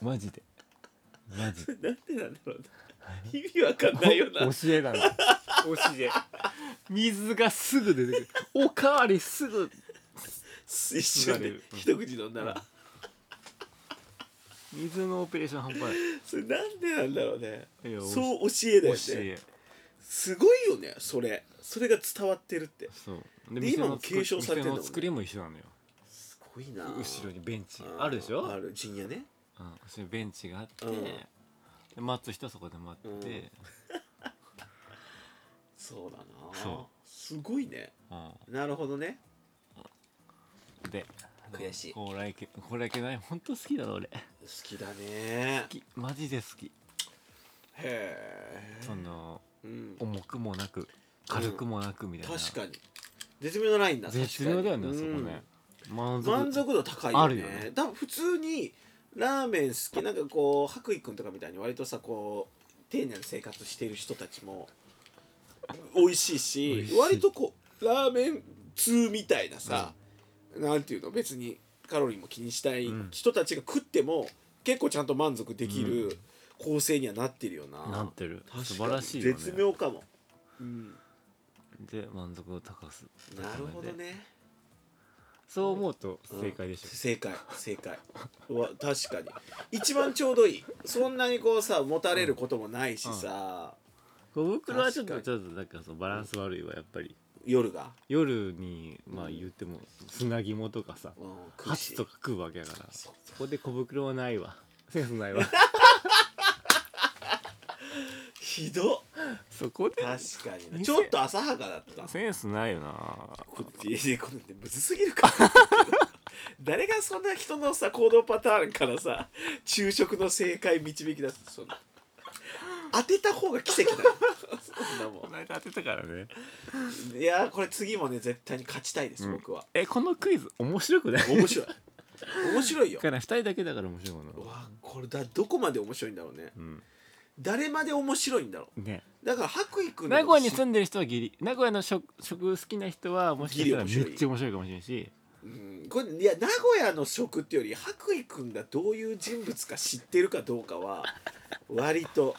Speaker 5: マジでマジで
Speaker 1: なんでなんだろうな意味わかんないよな
Speaker 5: 教 えだな 教え水がすぐ出てく るおかわりすぐ
Speaker 1: 一瞬で
Speaker 5: うん
Speaker 1: 一口飲んだら
Speaker 5: 水のオペレーション半端
Speaker 1: それなんでなんだろうね
Speaker 5: ないいや
Speaker 1: そう教えだ
Speaker 5: 教
Speaker 1: よね
Speaker 5: え
Speaker 1: すごいよねそれそれが伝わってるって
Speaker 5: そう
Speaker 1: で
Speaker 5: 店の
Speaker 1: 今も継承されてんだもん
Speaker 5: 店の作りも一緒なのよ
Speaker 1: すごいな
Speaker 5: 後ろにベンチあるでしょ
Speaker 1: ある陣屋ね
Speaker 5: うん、後ろにベンチがあって、
Speaker 1: うん
Speaker 5: で待つ人はそこで待って、
Speaker 1: うんそうだな
Speaker 5: そう
Speaker 1: すごいね
Speaker 5: う
Speaker 1: なるほどね
Speaker 5: ん、で
Speaker 1: 悔しい好
Speaker 5: 高麗系高麗系ない本当好きだろ俺好
Speaker 1: きだね
Speaker 5: きマジで好き
Speaker 1: へえ
Speaker 5: その
Speaker 1: うん
Speaker 5: 重くもなく軽くもなくみたいな、
Speaker 1: 確かに絶妙なラインだ
Speaker 5: 絶妙だよね、
Speaker 1: 確
Speaker 5: そ
Speaker 1: か
Speaker 5: こ
Speaker 1: に
Speaker 5: ね満
Speaker 1: うん
Speaker 5: 足
Speaker 1: 満足度高い
Speaker 5: あ
Speaker 1: よ
Speaker 5: る
Speaker 1: ね
Speaker 5: よね
Speaker 1: 多分普通にラーメン好きなんかこう白衣くんとかみたいに割とさこう丁寧な生活してる人た ちも美味しいし
Speaker 5: 美味しい
Speaker 1: 割とこうラーメン通みたいなさ、なんていうの別にカロリーも気にしたい
Speaker 5: うん
Speaker 1: 人たちが食っても結構ちゃんと満足できる構成にはなってるよな、
Speaker 5: なってる
Speaker 1: 確かに
Speaker 5: 素晴らしいよね
Speaker 1: 絶妙かも、うん、
Speaker 5: で満足度高す
Speaker 1: なるほどね
Speaker 5: そう思うと
Speaker 1: うん
Speaker 5: 正解でしょ、
Speaker 1: 正解正解うわ確かに一番ちょうどいいそんなにこうさ持たれることもないしさ、
Speaker 5: う袋はちょっと
Speaker 1: 確
Speaker 5: ち
Speaker 1: か
Speaker 5: ょっとなんかそのバランス悪いわやっぱり
Speaker 1: 夜が、
Speaker 5: 夜にまあ言っても砂肝とかさ
Speaker 1: うん、食
Speaker 5: ハ
Speaker 1: うし
Speaker 5: ツとか食うわけだから
Speaker 1: そう
Speaker 5: そこで小袋はないわセンスないわ
Speaker 1: ひどっ
Speaker 5: そこで
Speaker 1: 確かにな
Speaker 5: 店
Speaker 1: ちょっと浅はかだった
Speaker 5: センスないよな
Speaker 1: こいやいやこれむずすぎるから誰がそんな人のさ行動パターンからさ昼食の正解導き出すそんな当てた方が奇跡だよそんなも
Speaker 5: この間当てたからね
Speaker 1: んいやーこれ次もね絶対に勝ちたいです、
Speaker 5: うん
Speaker 1: 僕は
Speaker 5: えこのクイズ面白くない
Speaker 1: 面白い面白いよ
Speaker 5: だから2人だけだから面白いも
Speaker 1: う
Speaker 5: の
Speaker 1: わこれだどこまで面白いんだろうね
Speaker 5: うん
Speaker 1: 誰まで面白いんだろ
Speaker 5: ね
Speaker 1: うだから白衣くん
Speaker 5: 名古屋に住んでる人はギリ名古屋の食食好きな人はもしかしたら
Speaker 1: ギリ面白い
Speaker 5: めっちゃ面白いかもしれないし
Speaker 1: うんこれいや名古屋の食っていうより白衣くんがどういう人物か知ってるかどう かは割と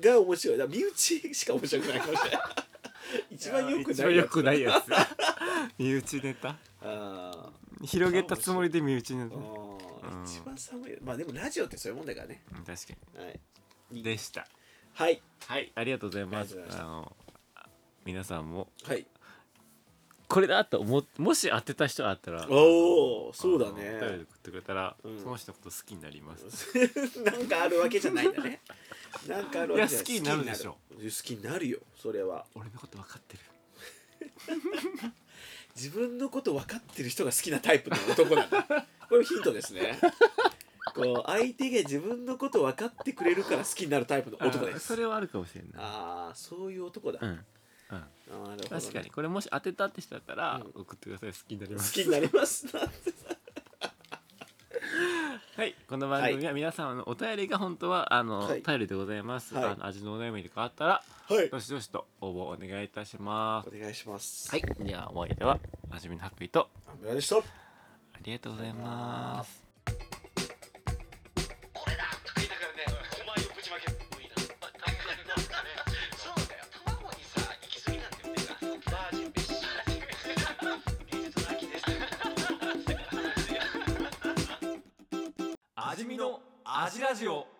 Speaker 1: が面白いだから身内しか面白くないかもし れない一番よく
Speaker 5: 一
Speaker 1: な
Speaker 5: 番
Speaker 1: い
Speaker 5: 良
Speaker 1: や
Speaker 5: く
Speaker 1: つ
Speaker 5: ないやつ 身内ネタ
Speaker 1: あ
Speaker 5: 広げたつもりで身内ネ
Speaker 1: ー
Speaker 5: タう
Speaker 1: あ
Speaker 5: うん
Speaker 1: ー一番寒いまあでもラジオってそういうもんだからね
Speaker 5: ん確か
Speaker 1: はい、
Speaker 5: にでした
Speaker 1: はい
Speaker 5: はいありがとうございます
Speaker 1: ありがとうござ
Speaker 5: あの皆さんも
Speaker 1: はい
Speaker 5: これだと思っもし当てた人があったら
Speaker 1: おおそう
Speaker 5: あ
Speaker 1: だ
Speaker 5: のお便りで
Speaker 1: ね
Speaker 5: 送ってくれたら、
Speaker 1: うん
Speaker 5: その人のこと好きになります
Speaker 1: なんかあるわけじゃないんだ ねなんかあるわけ
Speaker 5: い
Speaker 1: じゃない
Speaker 5: や好きになるでしょ
Speaker 1: 好きになる好きになるよそれは
Speaker 5: 俺のこと分かってる
Speaker 1: 自分のこと分かってる人が好きなタイプの男な んだこれヒントですねこう相手が自分のこと分かってくれるから好きになるタイプの男で
Speaker 5: あ
Speaker 1: す
Speaker 5: それはあるかもしれない
Speaker 1: ああそういう男だ、
Speaker 5: う
Speaker 1: あ
Speaker 5: んうん、
Speaker 1: ーなるほどね
Speaker 5: 確かにこれもし当てたって人だったら、
Speaker 1: う
Speaker 5: 送ってください好きになりま
Speaker 1: 好
Speaker 5: す
Speaker 1: きになりますな
Speaker 5: はい、この番組は皆様のお便りが本当はあの、
Speaker 1: はい
Speaker 5: 頼りでございます、
Speaker 1: はい
Speaker 5: あの味のお悩みとかあったら
Speaker 1: はい
Speaker 5: どしどしと応募お願いいたします
Speaker 1: お願いします
Speaker 5: はいではお相手はなじみのハッピーと
Speaker 1: アンブラでした
Speaker 5: ありがとうございます
Speaker 4: 味見の味ラジオ